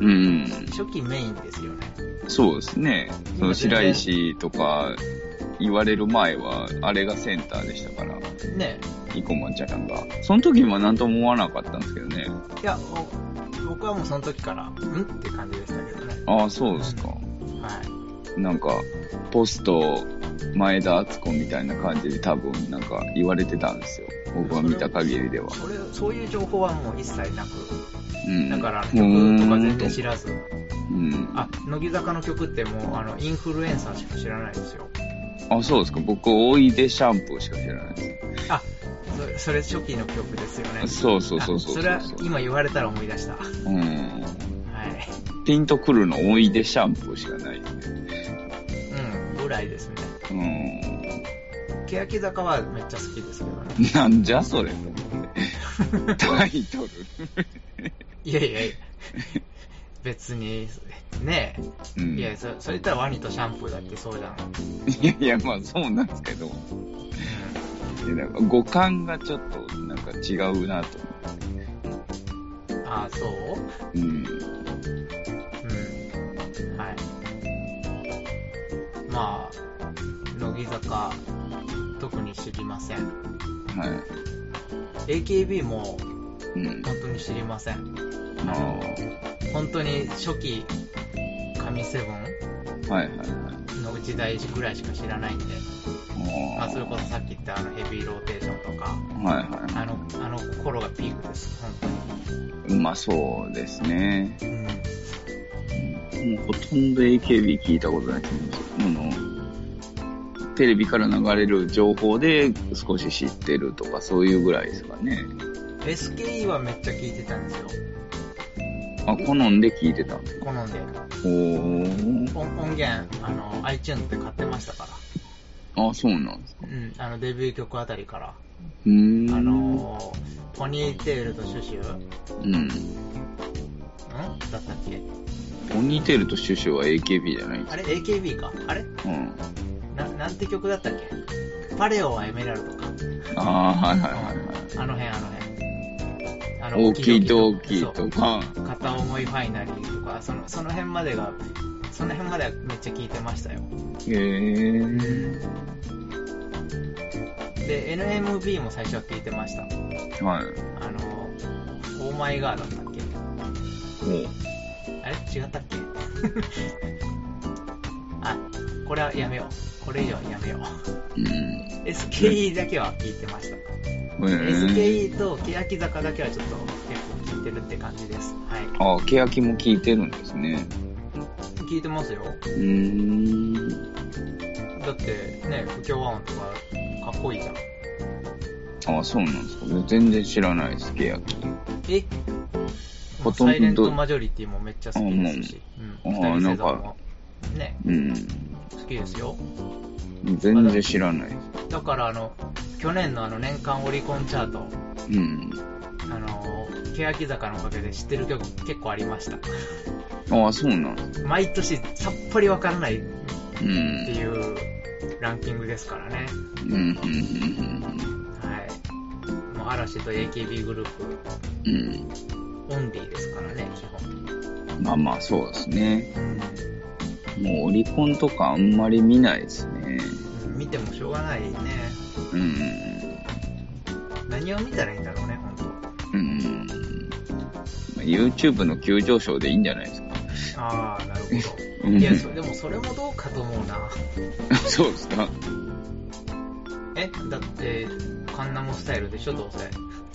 [SPEAKER 2] うん。
[SPEAKER 1] 初期メインですよね。
[SPEAKER 2] そうですね。その白石とか言われる前は、あれがセンターでしたから、
[SPEAKER 1] ね
[SPEAKER 2] 生駒ちゃんが。その時は何とも思わなかったんですけどね。
[SPEAKER 1] いや、お僕はもうその時から、んって感じでしたけどね。
[SPEAKER 2] ああ、そうですか。
[SPEAKER 1] はい。
[SPEAKER 2] なんか、ポスト、前田敦子みたいな感じで多分なんか言われてたんですよ。僕は見た限りでは。
[SPEAKER 1] それ、そういう情報はもう一切なく、
[SPEAKER 2] うん。
[SPEAKER 1] だから、
[SPEAKER 2] うー
[SPEAKER 1] 曲
[SPEAKER 2] ん
[SPEAKER 1] とか全然知らず、
[SPEAKER 2] うん。あ
[SPEAKER 1] あ、乃木坂の曲ってもう、あの、インフルエンサーしか知らないですよ。
[SPEAKER 2] そうですか。僕、おいでシャンプーしか知らないで
[SPEAKER 1] あ、それ、それ初期の曲ですよね。
[SPEAKER 2] す。そうそうそうそう
[SPEAKER 1] あ
[SPEAKER 2] う。
[SPEAKER 1] れは、今言われたら思い出した。は
[SPEAKER 2] うん。
[SPEAKER 1] い。
[SPEAKER 2] ピンとくるのおいでシャンプーしかないですね。
[SPEAKER 1] うん、ぐらいですね。
[SPEAKER 2] うん。
[SPEAKER 1] 欅坂はめっちゃ好きですけどね。
[SPEAKER 2] なんじゃそれと思 って。タイトル。
[SPEAKER 1] いやい やいや。別に、ねえ。
[SPEAKER 2] うん、
[SPEAKER 1] いや、そそれ言ったらワニとシャンプーだってそうじゃん。
[SPEAKER 2] いやいや、まあそうなんですけど。でなんか五感がちょっとなんか違うなと思
[SPEAKER 1] うん、あ、そう
[SPEAKER 2] って。う
[SPEAKER 1] うん。
[SPEAKER 2] ん。
[SPEAKER 1] はい。まあ、乃木坂特に知りません
[SPEAKER 2] はい。
[SPEAKER 1] AKB も
[SPEAKER 2] うん。
[SPEAKER 1] 本当に知りません
[SPEAKER 2] あ
[SPEAKER 1] 本当に初期神セブ
[SPEAKER 2] あ、はいはいはい。
[SPEAKER 1] ンの時代ぐらいしか知らないんで、ま
[SPEAKER 2] あ
[SPEAKER 1] あ、それこそさっき言ったあのヘビーローテーションとか
[SPEAKER 2] そ。はいはい
[SPEAKER 1] あのあの頃がピークです本当に
[SPEAKER 2] まあそうですね。
[SPEAKER 1] うん
[SPEAKER 2] うんもうほとんど AKB 聞いたことないと思うんですあの、テレビから流れる情報で少し知ってるとかそういうぐらいですかね。
[SPEAKER 1] SKE はめっちゃ聞いてたんですよ
[SPEAKER 2] あ、好んで聞いてた。
[SPEAKER 1] 好んで
[SPEAKER 2] おー。
[SPEAKER 1] 音音源あの iTunes で買ってましたか
[SPEAKER 2] あ、そうなんですか。
[SPEAKER 1] ら、うん、あのデビュー曲あたりから
[SPEAKER 2] うーん。
[SPEAKER 1] あ、のーポニーテールとシュシュん
[SPEAKER 2] うん。
[SPEAKER 1] だったっけ
[SPEAKER 2] ポニーテールとシュシュは AKB じゃないんで
[SPEAKER 1] あ
[SPEAKER 2] すか。
[SPEAKER 1] れ ?AKB かあれ
[SPEAKER 2] うん。
[SPEAKER 1] ななんて曲だったっけパレオはエメラルドか
[SPEAKER 2] ああ、はいはいはいはい。
[SPEAKER 1] あの辺あの辺あ
[SPEAKER 2] オーキードーキー
[SPEAKER 1] そう
[SPEAKER 2] とか、
[SPEAKER 1] 片思いファイナリーとかそのその辺までがその辺まではめっちゃ聞いてましたよ
[SPEAKER 2] へえ
[SPEAKER 1] で NMB も最初は聞いてました
[SPEAKER 2] ー、はい。
[SPEAKER 1] あのオーマイガーだったっけ
[SPEAKER 2] お
[SPEAKER 1] あれ違ったっけ あ、これはやめよう。これ以上はやめよう。
[SPEAKER 2] うん。
[SPEAKER 1] SKE だけは聞いてました。
[SPEAKER 2] へー
[SPEAKER 1] SKE と欅坂だけはちょっと結構聞いてるって感じです。はい。
[SPEAKER 2] あ、ケヤキも聞いてるんですね。
[SPEAKER 1] 聞いてますよ。
[SPEAKER 2] うーん。
[SPEAKER 1] だってね、不協和音とかかっこいいじゃん。
[SPEAKER 2] あ、そうなんですか。全然知らないです、ケヤキ。
[SPEAKER 1] え
[SPEAKER 2] ほとんど
[SPEAKER 1] サイレントマジョリティもめっちゃ好きですし。
[SPEAKER 2] う
[SPEAKER 1] うんん。
[SPEAKER 2] あー
[SPEAKER 1] 二人世代
[SPEAKER 2] なんか
[SPEAKER 1] も。ね、
[SPEAKER 2] うん。
[SPEAKER 1] 好きですよ。
[SPEAKER 2] 全然知らないで
[SPEAKER 1] だからあの、去年のあの年間オリコンチャート、
[SPEAKER 2] す。うん。
[SPEAKER 1] あのー、欅坂のおかげで知ってる曲結構ありました。
[SPEAKER 2] あ、そうなんですか。
[SPEAKER 1] 毎年さっぱりわからないって
[SPEAKER 2] うん。
[SPEAKER 1] いうランキングですからね。
[SPEAKER 2] うん、うん、うん
[SPEAKER 1] はい。もう嵐と AKB グループ、
[SPEAKER 2] うん、うん。
[SPEAKER 1] オンリーですからね、基本。
[SPEAKER 2] まあまあ、そうですね。
[SPEAKER 1] う
[SPEAKER 2] もうオリコンとかあんまり見ないですね。
[SPEAKER 1] ん。見てもしょうがないね。
[SPEAKER 2] うん。
[SPEAKER 1] 何を見たらいいんだろうね、本当
[SPEAKER 2] うん。YouTube の急上昇でいいんじゃないですか。
[SPEAKER 1] ああ、なるほ
[SPEAKER 2] う
[SPEAKER 1] ど。
[SPEAKER 2] ん
[SPEAKER 1] いや、そでもそれもどうかと思うな。
[SPEAKER 2] そうですか。
[SPEAKER 1] え、だって、カンナムスタイルでしょ、どう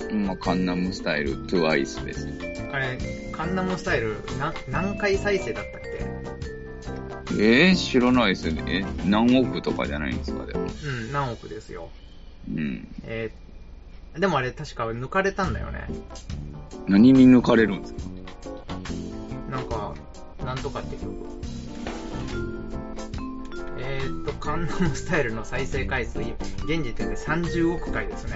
[SPEAKER 1] せ。
[SPEAKER 2] まあ、カンナムスタイル、トゥワイスです。
[SPEAKER 1] あれ、カンナムスタイル、な何回再生だったっけ
[SPEAKER 2] えー、知らないですよね。え、何億とかじゃないんですか、でも。
[SPEAKER 1] うん、何億ですよ。
[SPEAKER 2] うん。
[SPEAKER 1] えーでもあれ確か抜かれたんだよね。
[SPEAKER 2] 何に抜かれるんですか
[SPEAKER 1] なんか、なんとかって曲。えーっと、カンナムスタイルの再生回数、現時点で30億回ですね。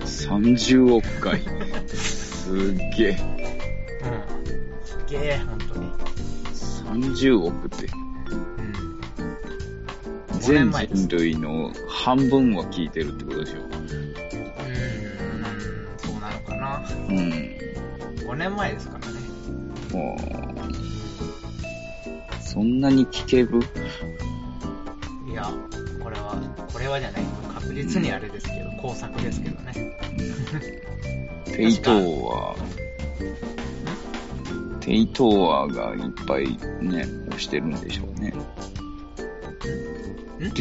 [SPEAKER 2] ?30 億回。すっげえ。
[SPEAKER 1] うん。すげえ、本当に。
[SPEAKER 2] 30億って、
[SPEAKER 1] うん。五
[SPEAKER 2] 全
[SPEAKER 1] 年前です
[SPEAKER 2] 人類の半分は聞いてるってことでしょ。
[SPEAKER 1] うーん、そうなのかな。
[SPEAKER 2] うん。
[SPEAKER 1] 5年前ですからね。
[SPEAKER 2] もう、そんなに聞ける
[SPEAKER 1] いや、これは、これはじゃない。確実にあれですけど、工作ですけどね。
[SPEAKER 2] テイトーは、テイトーアーがいっぱいね、押してるんでしょうね。
[SPEAKER 1] どど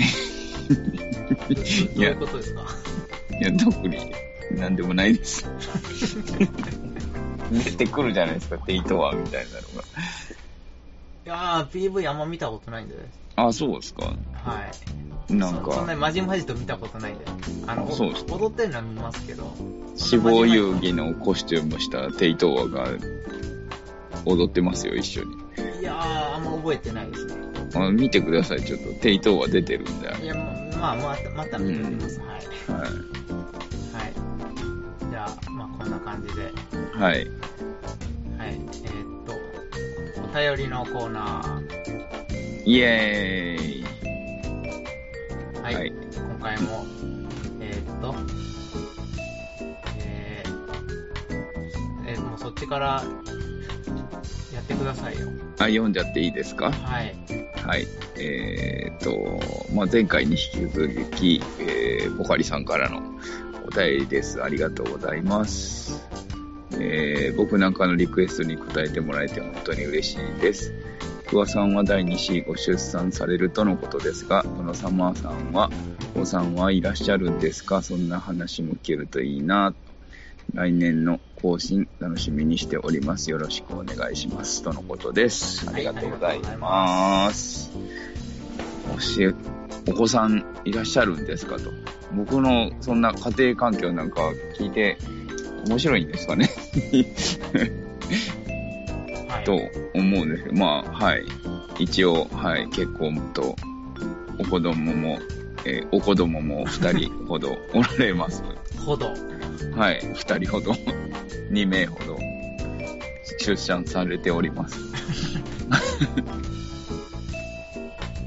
[SPEAKER 1] う
[SPEAKER 2] や
[SPEAKER 1] いうことですか
[SPEAKER 2] いや、特になんでもないです。出てくるじゃないですか、テイトワーみたいなの
[SPEAKER 1] いやー、PV あんま見たことないんで。
[SPEAKER 2] が。あ、そうですか。
[SPEAKER 1] はい。
[SPEAKER 2] な
[SPEAKER 1] そ
[SPEAKER 2] ん
[SPEAKER 1] そんな
[SPEAKER 2] か、
[SPEAKER 1] にまじまじと見たことないんで。あの、
[SPEAKER 2] あそうです
[SPEAKER 1] 踊ってるのは見ますけど。
[SPEAKER 2] 死亡遊戯のコスチュームしたテイトワーが踊ってますよ、一緒に。
[SPEAKER 1] いやー、あんま覚えてないですね。
[SPEAKER 2] あ見てください、ちょっと。テイトワー出てるんで。はい
[SPEAKER 1] や、まあ、まあまた、また見てみます。はい。はい。じゃあ、まあ、こんな感じで。はい。
[SPEAKER 2] い。はい。
[SPEAKER 1] えーっと、お便りのコーナ
[SPEAKER 2] イエーイ。
[SPEAKER 1] ー。はい。
[SPEAKER 2] はい
[SPEAKER 1] 今回も、えーっと、えー、えーもうそっちからやってくださいよ。
[SPEAKER 2] あ、読んじゃっていいですか
[SPEAKER 1] はい。
[SPEAKER 2] はい。えーっと、まあ、前回に引き続き、えー、ポカリさんからのお便りです。ありがとうございます。えー僕なんかのリクエストに答えてもらえて本当に嬉しいです。不破さんは第2子ご出産されるとのことですが、このサマーさんは、おさんはいらっしゃるんですかそんな話も聞けるといいな。来年の更新楽しみにしております。よろしくお願いします。とのことです。あ
[SPEAKER 1] は
[SPEAKER 2] り
[SPEAKER 1] い
[SPEAKER 2] がとうございます。もし、お子さんいらっしゃるんですかと。僕のそんな家庭環境なんか聞いて面白いんですかね
[SPEAKER 1] はい。
[SPEAKER 2] と思うんですけど、まあ、はい。一応、はい、結婚と、お子供も、えーお子供も2人ほどおられ ます。
[SPEAKER 1] ほど。
[SPEAKER 2] はい、2人ほど、2名ほど、出産されており ます。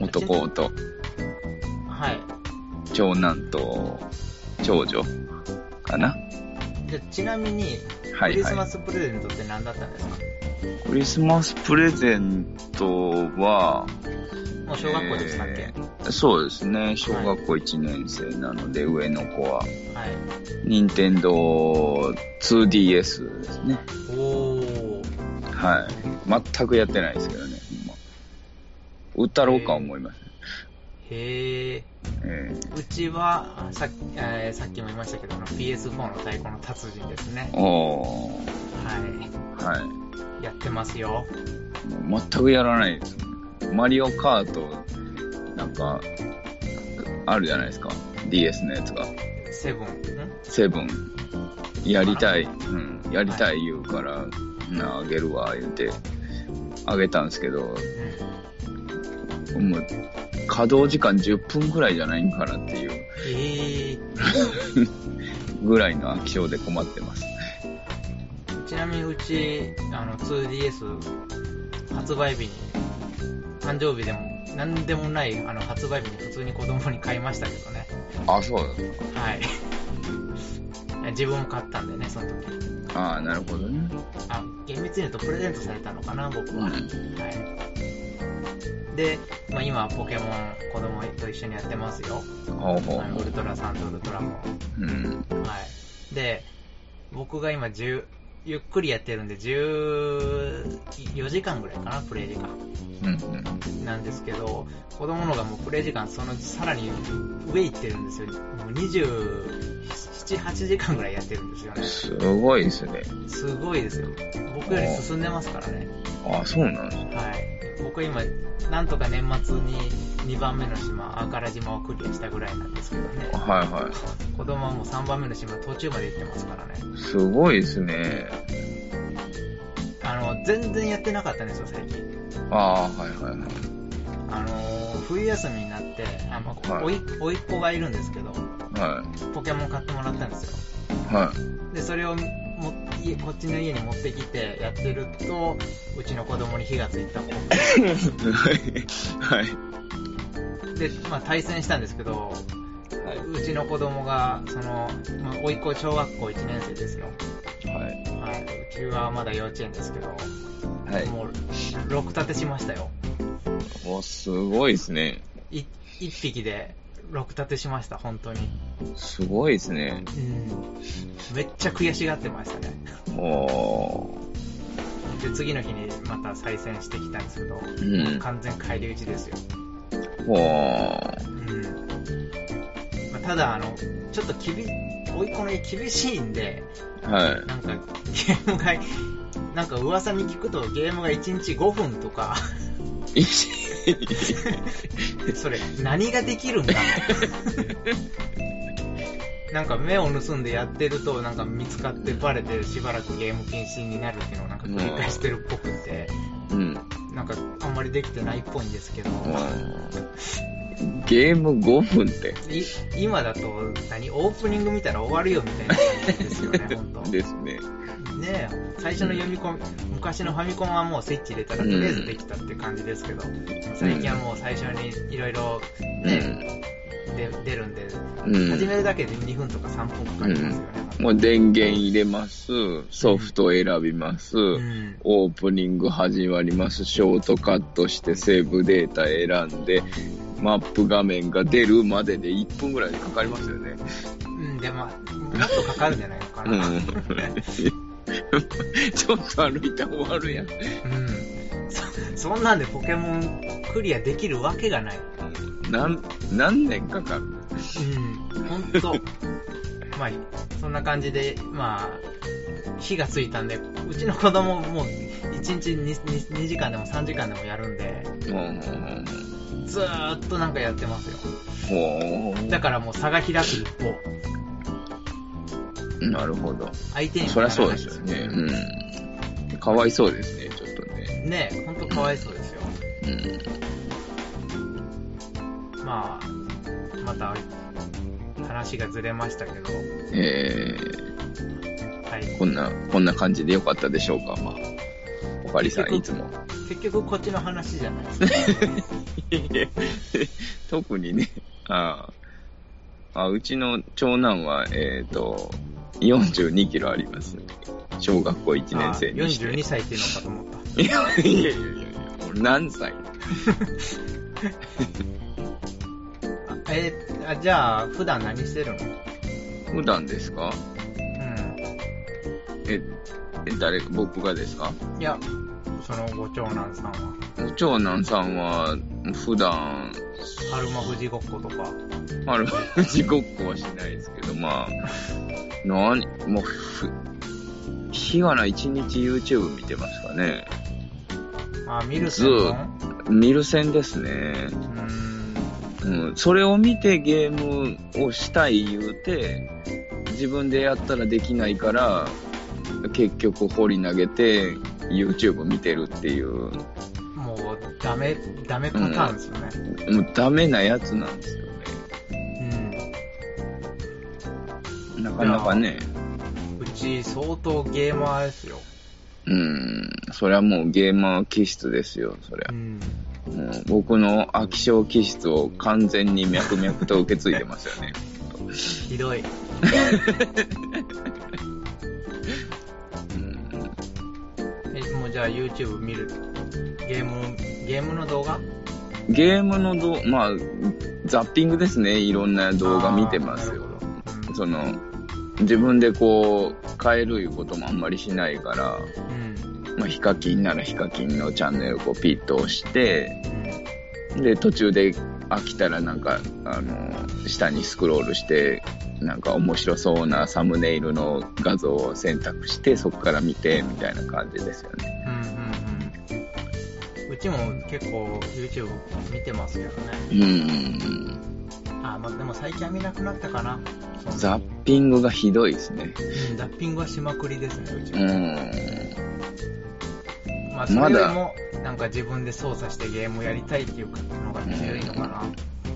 [SPEAKER 2] 男と、
[SPEAKER 1] はい。
[SPEAKER 2] 長男と、長女かな。
[SPEAKER 1] じゃあちなみに、ク
[SPEAKER 2] はい
[SPEAKER 1] リス
[SPEAKER 2] は
[SPEAKER 1] マスプレゼントって何だったんですか、
[SPEAKER 2] い。クリスマスプレゼントは、
[SPEAKER 1] もう小学校でしたっけ、
[SPEAKER 2] えーそうですね小学校1年生なので、上の子は
[SPEAKER 1] はい。
[SPEAKER 2] 任天堂2 d s ですね
[SPEAKER 1] おー。
[SPEAKER 2] はい全くやってないですけどねほんま売ったろうか思います、
[SPEAKER 1] へー。
[SPEAKER 2] えー
[SPEAKER 1] うちは、あさっき、えーさっきも言いましたけど、あの PS4 の太鼓の達人ですね。
[SPEAKER 2] おー
[SPEAKER 1] は
[SPEAKER 2] は
[SPEAKER 1] い。
[SPEAKER 2] い
[SPEAKER 1] やってますよ。
[SPEAKER 2] もう全くやらないですマリオカートなんかあるじゃないですか DS のやつが
[SPEAKER 1] セブン。ん
[SPEAKER 2] セブンやりたい、うん、やりたい言うから、なあげるわ言うてあげたんですけど
[SPEAKER 1] うん
[SPEAKER 2] もう稼働時間10分ぐらいじゃないんかなっていう
[SPEAKER 1] ええ
[SPEAKER 2] ぐらいの飽き性で困ってます
[SPEAKER 1] ちなみにうち、あの、2DS 発売日に、誕生日でも、なんでもない、あの、発売日に普通に子供に買いましたけどね。
[SPEAKER 2] あそう
[SPEAKER 1] はい。自分も買ったんでね、その時。
[SPEAKER 2] ああなるほどね、
[SPEAKER 1] あ、厳密に言うとプレゼントされたのかな、僕は。は
[SPEAKER 2] う
[SPEAKER 1] い。で、まあ、今、ポケモン、子供と一緒にやってますよ。
[SPEAKER 2] ん、ほうほう
[SPEAKER 1] あの
[SPEAKER 2] ほ
[SPEAKER 1] ウルトラサンとウルトラモン。
[SPEAKER 2] う、うん、
[SPEAKER 1] はい。で、僕が今10、ゆっくりやってるんで、14時間ぐらいかな、プレイ時間。
[SPEAKER 2] うん
[SPEAKER 1] なんですけど、子供のがもうプレイ時間、その、さらに上行ってるんですよ。もう27、8時間ぐらいやってるんですよ
[SPEAKER 2] うん
[SPEAKER 1] ね。
[SPEAKER 2] すごいですね
[SPEAKER 1] すごいですよ。僕より進んでますからね。
[SPEAKER 2] ああそうなんです
[SPEAKER 1] はい。僕今、なんとか年末に2番目の島、アカラ島をクリアしたぐらいなんですけどね。
[SPEAKER 2] はいは
[SPEAKER 1] 子供はもう3番目の島途中まで行ってますからね。
[SPEAKER 2] いすごいですね
[SPEAKER 1] あの、全然やってなかったんですよ、最近。
[SPEAKER 2] ああはいはいはい
[SPEAKER 1] あのー、冬休みになって、あの、
[SPEAKER 2] はい
[SPEAKER 1] おい、おいっ子がいるんですけど、
[SPEAKER 2] は
[SPEAKER 1] ポケモン買ってもらったんですよ。
[SPEAKER 2] いはい
[SPEAKER 1] で、それをも、家こっちの家に持ってきてやってると、うちの子供に火がついた子。
[SPEAKER 2] はい
[SPEAKER 1] で、まあ対戦したんですけど、
[SPEAKER 2] は
[SPEAKER 1] うちの子供が、その、まあ、おいっ子小学校1年生ですよ。
[SPEAKER 2] いはい
[SPEAKER 1] はい。うちはまだ幼稚園ですけど、
[SPEAKER 2] はい
[SPEAKER 1] もう、6立てしましたよ。
[SPEAKER 2] おすごいですね
[SPEAKER 1] い、1匹で6立てしました、本当に。
[SPEAKER 2] すごいですね
[SPEAKER 1] うん、めっちゃ悔しがってましたね。
[SPEAKER 2] おー
[SPEAKER 1] で、次の日にまた再戦してきたんですけど、
[SPEAKER 2] うん
[SPEAKER 1] 完全返り討ちですよ。
[SPEAKER 2] おー
[SPEAKER 1] うん。まあ、ただ、あの、ちょっと厳し、追い込み厳しいんで、
[SPEAKER 2] はい
[SPEAKER 1] なんか、ゲームが、なんか噂に聞くとゲームが1日5分とか、それ何ができ るんだなんか目を盗んでやってるとなんか見つかってバレてしばらくゲーム禁止になるっていうのをなんか繰り返してるっぽくて、
[SPEAKER 2] うん
[SPEAKER 1] なんかあんまりできてないっぽいんですけど、
[SPEAKER 2] ゲーム5分って
[SPEAKER 1] い今だと何オープニング見たら終わるよみたいな感じですよ ね、本当。ね
[SPEAKER 2] ですね
[SPEAKER 1] え、最初の読み込み、昔のファミコンはもうスイッチ入れたらとりあえずできたって感じですけど、最近はもう最初にいろいろ
[SPEAKER 2] うん
[SPEAKER 1] で出るんで、
[SPEAKER 2] うん
[SPEAKER 1] 始めるだけで2分とか3分かかりますよね。
[SPEAKER 2] もう電源入れます、ソフト選びます、
[SPEAKER 1] ん
[SPEAKER 2] オープニング始まります、ショートカットしてセーブデータ選んで、マップ画面が出るまでで1分ぐらいかかりますよね。
[SPEAKER 1] うん、でも、もっとかかるんじゃないのか
[SPEAKER 2] う
[SPEAKER 1] な。
[SPEAKER 2] ん。 ちょっと歩いたら終わるやん。
[SPEAKER 1] うん。そ、そんなんでポケモンクリアできるわけがない。
[SPEAKER 2] なん、何年かかる
[SPEAKER 1] うん、ほんと。まあ、そんな感じで、まあ、火がついたんで、うちの子供もう1日 2, 2時間でも3時間でもやるんで、
[SPEAKER 2] うん。
[SPEAKER 1] ずーっとなんかやってますよ。
[SPEAKER 2] ほ
[SPEAKER 1] だからもう差が開く一方、
[SPEAKER 2] う。なるほど。
[SPEAKER 1] 相手に
[SPEAKER 2] そりゃそうですよね。
[SPEAKER 1] ならないで
[SPEAKER 2] うん。かわいそうですね、ちょっとね。
[SPEAKER 1] す。ねえ、ほんとかわいそうですよ。
[SPEAKER 2] うん。
[SPEAKER 1] まあ、また話がずれましたけど、
[SPEAKER 2] えー、
[SPEAKER 1] はい。
[SPEAKER 2] こんな、こんな感じでよかったでしょうか、まあ。おかりさん、い
[SPEAKER 1] 結
[SPEAKER 2] つ も。
[SPEAKER 1] 結局こっちの話じゃないですか。
[SPEAKER 2] 特にね、あああ、うちの長男は、えっ、と、42キロあります、ね。小学校1年生にして。
[SPEAKER 1] あ42歳っていうのかと思った。
[SPEAKER 2] いやいやいやいや、俺何歳
[SPEAKER 1] あえーあじゃあ、普段何してるの
[SPEAKER 2] 普段ですか
[SPEAKER 1] う
[SPEAKER 2] え、え誰か、僕がですか
[SPEAKER 1] ん。いや、そのご長男さんは、
[SPEAKER 2] 長男さんは、普段、
[SPEAKER 1] 春馬富士ごっことか。
[SPEAKER 2] ま あ、地ごっこはしないですけど、まあ、何、もう、ふ、日がない一日 YouTube 見てますかね。
[SPEAKER 1] あ、見る
[SPEAKER 2] ずー見る線ですね。
[SPEAKER 1] うーん。
[SPEAKER 2] うん。それを見てゲームをしたい言うて、自分でやったらできないから、結局掘り投げて、YouTube 見てるっていう、
[SPEAKER 1] もう、ダメ、ダメパターンですよね。
[SPEAKER 2] もうダメなやつなんですよ
[SPEAKER 1] うん。
[SPEAKER 2] ね。なかなかね。
[SPEAKER 1] うち、相当ゲーマーですよ。
[SPEAKER 2] うん。それはもうゲーマー気質ですよ、そりゃ
[SPEAKER 1] う。ん。
[SPEAKER 2] うん僕の飽き性気質を完全に脈々と受け継いでますよね。
[SPEAKER 1] ひどい。
[SPEAKER 2] うん
[SPEAKER 1] え、もうじゃあ YouTube 見る。ゲーム、ゲームの動画
[SPEAKER 2] ゲームのど、まあ、ザッピングですね。いろんな動画見てますよ。
[SPEAKER 1] あーなるほど
[SPEAKER 2] その、自分でこう、変えるいうこともあんまりしないから、
[SPEAKER 1] うん。
[SPEAKER 2] まあ、ヒカキンならヒカキンのチャンネルをこうピッと押して、
[SPEAKER 1] う
[SPEAKER 2] で、途中で飽きたらなんか、あの、下にスクロールして、なんか面白そうなサムネイルの画像を選択して、そこから見て、みたいな感じですよね。
[SPEAKER 1] ん。うん。うん。うん。うちも結構 YouTube 見てますけどね。
[SPEAKER 2] うん。
[SPEAKER 1] あ、まあ、でも最近は見なくなったかな。その
[SPEAKER 2] ザッピングがひどいですね。
[SPEAKER 1] うんダッピングはしまくりですね、うち
[SPEAKER 2] う
[SPEAKER 1] は。
[SPEAKER 2] ん。
[SPEAKER 1] まあ、それ
[SPEAKER 2] ま
[SPEAKER 1] よ
[SPEAKER 2] だ
[SPEAKER 1] りも、なんか自分で操作してゲームをやりたいっていうのが強いのかな。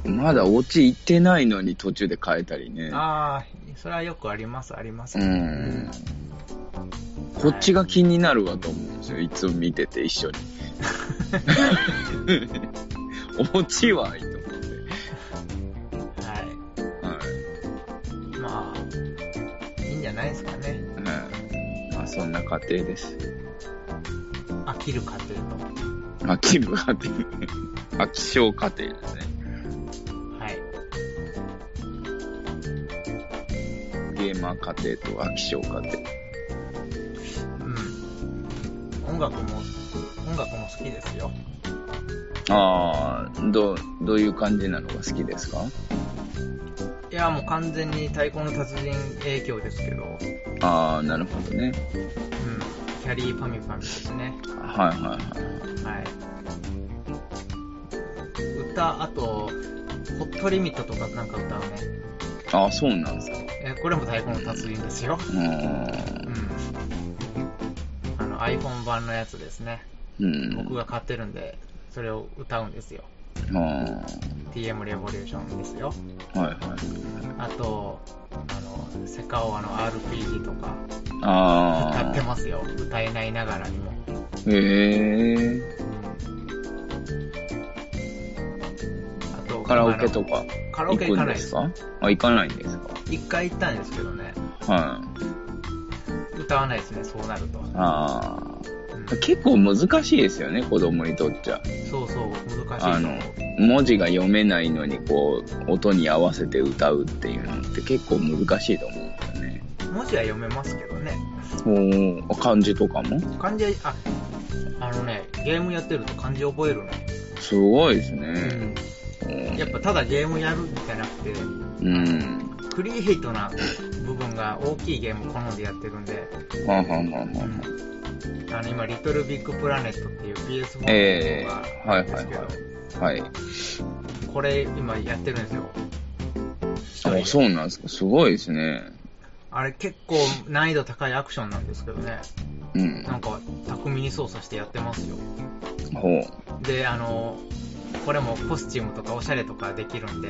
[SPEAKER 2] まだオチ行ってないのに途中で変えたりね。
[SPEAKER 1] ああ、それはよくあります、あります。
[SPEAKER 2] うん。こっちが気になるわと思うんですよ。いつも見てて一緒に。オチはいいと思って。
[SPEAKER 1] は
[SPEAKER 2] はい
[SPEAKER 1] い。まあ、いいんじゃないですかね。。
[SPEAKER 2] はい。まあそんな過程です。
[SPEAKER 1] 飽きるかというと。
[SPEAKER 2] 飽きる過程。飽き性過程ですね。
[SPEAKER 1] はい。
[SPEAKER 2] ゲーマー過程と飽き性過程。
[SPEAKER 1] うん。音楽も、音楽も好きですよ。
[SPEAKER 2] ああ、どう、どういう感じなのが好きですか
[SPEAKER 1] いや、もう完全に太鼓の達人影響ですけど、うん。キ
[SPEAKER 2] ああ、なるほどね。
[SPEAKER 1] ャリーパミュパミュですね。
[SPEAKER 2] はいはいはい。
[SPEAKER 1] はい。歌、あと、ホットリミットとかなんか歌うね。
[SPEAKER 2] ああ、そうなんですか。
[SPEAKER 1] えこれも太鼓の達人ですよ。
[SPEAKER 2] うー
[SPEAKER 1] うん。あの、iPhone 版のやつですね。
[SPEAKER 2] ん。うん。
[SPEAKER 1] 僕が買ってるんで、それを歌うんですよ。
[SPEAKER 2] ああ
[SPEAKER 1] TM レボリューションですよ。
[SPEAKER 2] ー、はいはい。
[SPEAKER 1] あと、あの、セカオワの RPG とか、歌
[SPEAKER 2] あ
[SPEAKER 1] って
[SPEAKER 2] あ、
[SPEAKER 1] ますよ。歌えないながらにも。
[SPEAKER 2] へえ。
[SPEAKER 1] うん。あと、
[SPEAKER 2] カラオケとか。
[SPEAKER 1] カカラオ
[SPEAKER 2] 行
[SPEAKER 1] ケ行
[SPEAKER 2] く
[SPEAKER 1] か
[SPEAKER 2] ん
[SPEAKER 1] ないで
[SPEAKER 2] で
[SPEAKER 1] すす。
[SPEAKER 2] かあ、行かないんですか
[SPEAKER 1] 一回行ったんですけどね、
[SPEAKER 2] はい。
[SPEAKER 1] 歌わないですね、そうなると。
[SPEAKER 2] あ
[SPEAKER 1] うん
[SPEAKER 2] あ。結構難しいですよね、子供にとっちゃ。
[SPEAKER 1] そうそう、難しいと
[SPEAKER 2] あの、文字が読めないのに、こう、音に合わせて歌うっていうのって結構難しいと思うんですよね。
[SPEAKER 1] 文字は読めますけどね。
[SPEAKER 2] おー漢字とかも
[SPEAKER 1] 漢字は、あ、あのね、ゲームやってると漢字覚えるね。
[SPEAKER 2] すごいです
[SPEAKER 1] う
[SPEAKER 2] ね。
[SPEAKER 1] んやっぱただゲームやるんじゃなくて、
[SPEAKER 2] うん。
[SPEAKER 1] クリエイトな部分が大きいゲーム好んでやってるんで、
[SPEAKER 2] はあ、はあはあはあ
[SPEAKER 1] うんあの今、リトルビッグプラネットっていう PS4
[SPEAKER 2] ええ
[SPEAKER 1] の
[SPEAKER 2] は
[SPEAKER 1] が
[SPEAKER 2] い
[SPEAKER 1] んですけど
[SPEAKER 2] は、はい。
[SPEAKER 1] これ今やってるんですよ。一人で
[SPEAKER 2] あ、そうなんですか。すごいですね。
[SPEAKER 1] あれ結構難易度高いアクションなんですけどね、
[SPEAKER 2] うん。
[SPEAKER 1] なんか巧みに操作してやってますよ。
[SPEAKER 2] ほう。
[SPEAKER 1] で、あの、これもコスチュームとかおしゃれとかできるんで、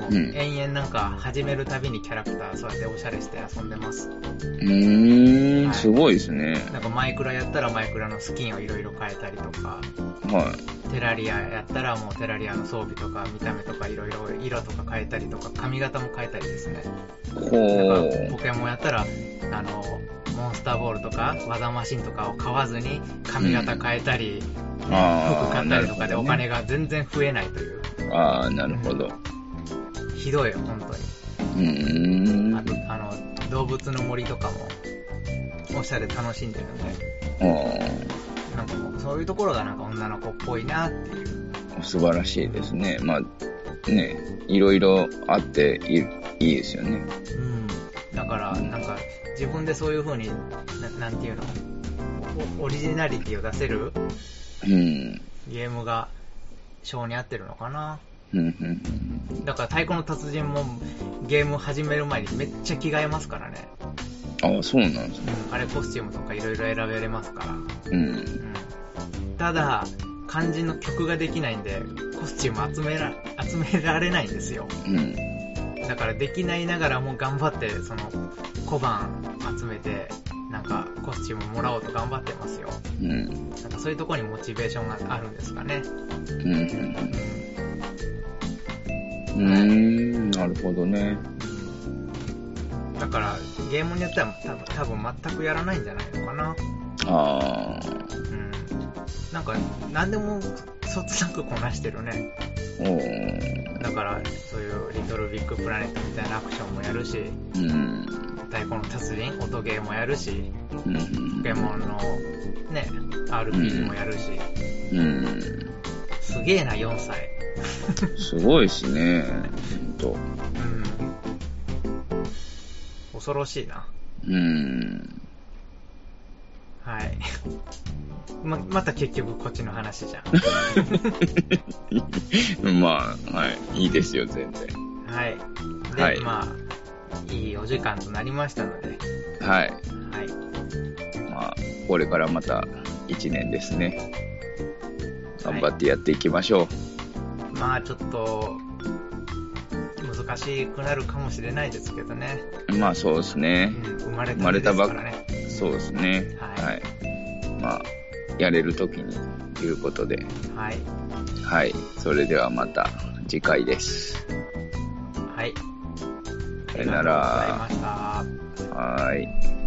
[SPEAKER 1] もう
[SPEAKER 2] うん
[SPEAKER 1] 延々なんか始めるたびにキャラクターそうやっておしゃれして遊んでます。
[SPEAKER 2] うーん、すごいですね。
[SPEAKER 1] なんかマイクラやったらマイクラのスキンをいろいろ変えたりとか、
[SPEAKER 2] は
[SPEAKER 1] テラリアやったらもうテラリアの装備とか見た目とかいろいろ色とか変えたりとか髪型も変えたりですね。
[SPEAKER 2] い。
[SPEAKER 1] なん
[SPEAKER 2] ほ
[SPEAKER 1] かポケモンやったら、あの、モンスターボールとか技マシンとかを買わずに髪型変えたり、
[SPEAKER 2] う。あ
[SPEAKER 1] 服
[SPEAKER 2] あ、
[SPEAKER 1] 買った
[SPEAKER 2] なる
[SPEAKER 1] りと
[SPEAKER 2] ほ
[SPEAKER 1] かで
[SPEAKER 2] ど、
[SPEAKER 1] お
[SPEAKER 2] ね。
[SPEAKER 1] 金が全然増えないという、
[SPEAKER 2] ああ、なるほど。う
[SPEAKER 1] ひどいよ、本当に。
[SPEAKER 2] ーん。
[SPEAKER 1] あ
[SPEAKER 2] あ
[SPEAKER 1] と、あの、動物の森とかも、おしゃれ楽しんでるんで、なんかもう、そういうところがなんか女の子っぽいなっていう。
[SPEAKER 2] あ、素晴らしいですね。まあ、ね、いろいろあっていいいいですよね。
[SPEAKER 1] うん。だから、なんか、自分でそういう風に、ななんていうのおオリジナリティを出せる
[SPEAKER 2] うん。
[SPEAKER 1] ゲームが、性に合ってるのかな。
[SPEAKER 2] うんうん
[SPEAKER 1] だから、太鼓の達人も、ゲーム始める前にめっちゃ着替えますからね。
[SPEAKER 2] うんああ、そうなんですね。
[SPEAKER 1] うん。あれ、コスチュームとかいろいろ選べれますから。
[SPEAKER 2] うん。
[SPEAKER 1] うんただ肝心の曲ができないんでコスチューム集めら集められないんですよ
[SPEAKER 2] うん。
[SPEAKER 1] だからできないながらも頑張ってその小判集めてなんかコスチュームもらおうと頑張ってますよ
[SPEAKER 2] うん。
[SPEAKER 1] なんかそういうとこにモチベーションがあるんですかね
[SPEAKER 2] うんうん
[SPEAKER 1] うん
[SPEAKER 2] うん。うん。なるほどね。
[SPEAKER 1] だからゲームによっては多分多分全くやらないんじゃないのかな
[SPEAKER 2] ああ。
[SPEAKER 1] うんなんか何でもそつなくこなしてるね
[SPEAKER 2] おー
[SPEAKER 1] だからそういう「リトルビッグプラネット」みたいなアクションもやるし
[SPEAKER 2] うん。
[SPEAKER 1] 「太鼓の達人」音ゲーもやるし
[SPEAKER 2] うんう
[SPEAKER 1] ポ
[SPEAKER 2] ん
[SPEAKER 1] ケモンのね RPG もやるし、
[SPEAKER 2] うん。
[SPEAKER 1] すげえな4歳
[SPEAKER 2] すごいですね。ほんと。
[SPEAKER 1] うん恐ろしいな
[SPEAKER 2] うん。
[SPEAKER 1] はい ままた結局こっちの話 じゃん
[SPEAKER 2] まあ、はい。いいですよ、全然。
[SPEAKER 1] はいで、
[SPEAKER 2] はい
[SPEAKER 1] まあいいお時間となりましたので
[SPEAKER 2] は
[SPEAKER 1] は
[SPEAKER 2] い。
[SPEAKER 1] い
[SPEAKER 2] まあ、これからまた1年ですね。頑張ってやっていきましょ
[SPEAKER 1] まあちょっと難しくなるかもしれないですけどね
[SPEAKER 2] う。まあ、そうですね。
[SPEAKER 1] うん生まれ
[SPEAKER 2] 生まれたばっ
[SPEAKER 1] かね。
[SPEAKER 2] そうですね。
[SPEAKER 1] は。
[SPEAKER 2] はいい。まあ、やれるときにいうことで。
[SPEAKER 1] はい。
[SPEAKER 2] はい。それではまた次回です。
[SPEAKER 1] はい。
[SPEAKER 2] さよなら
[SPEAKER 1] ありがとうございました。
[SPEAKER 2] はい。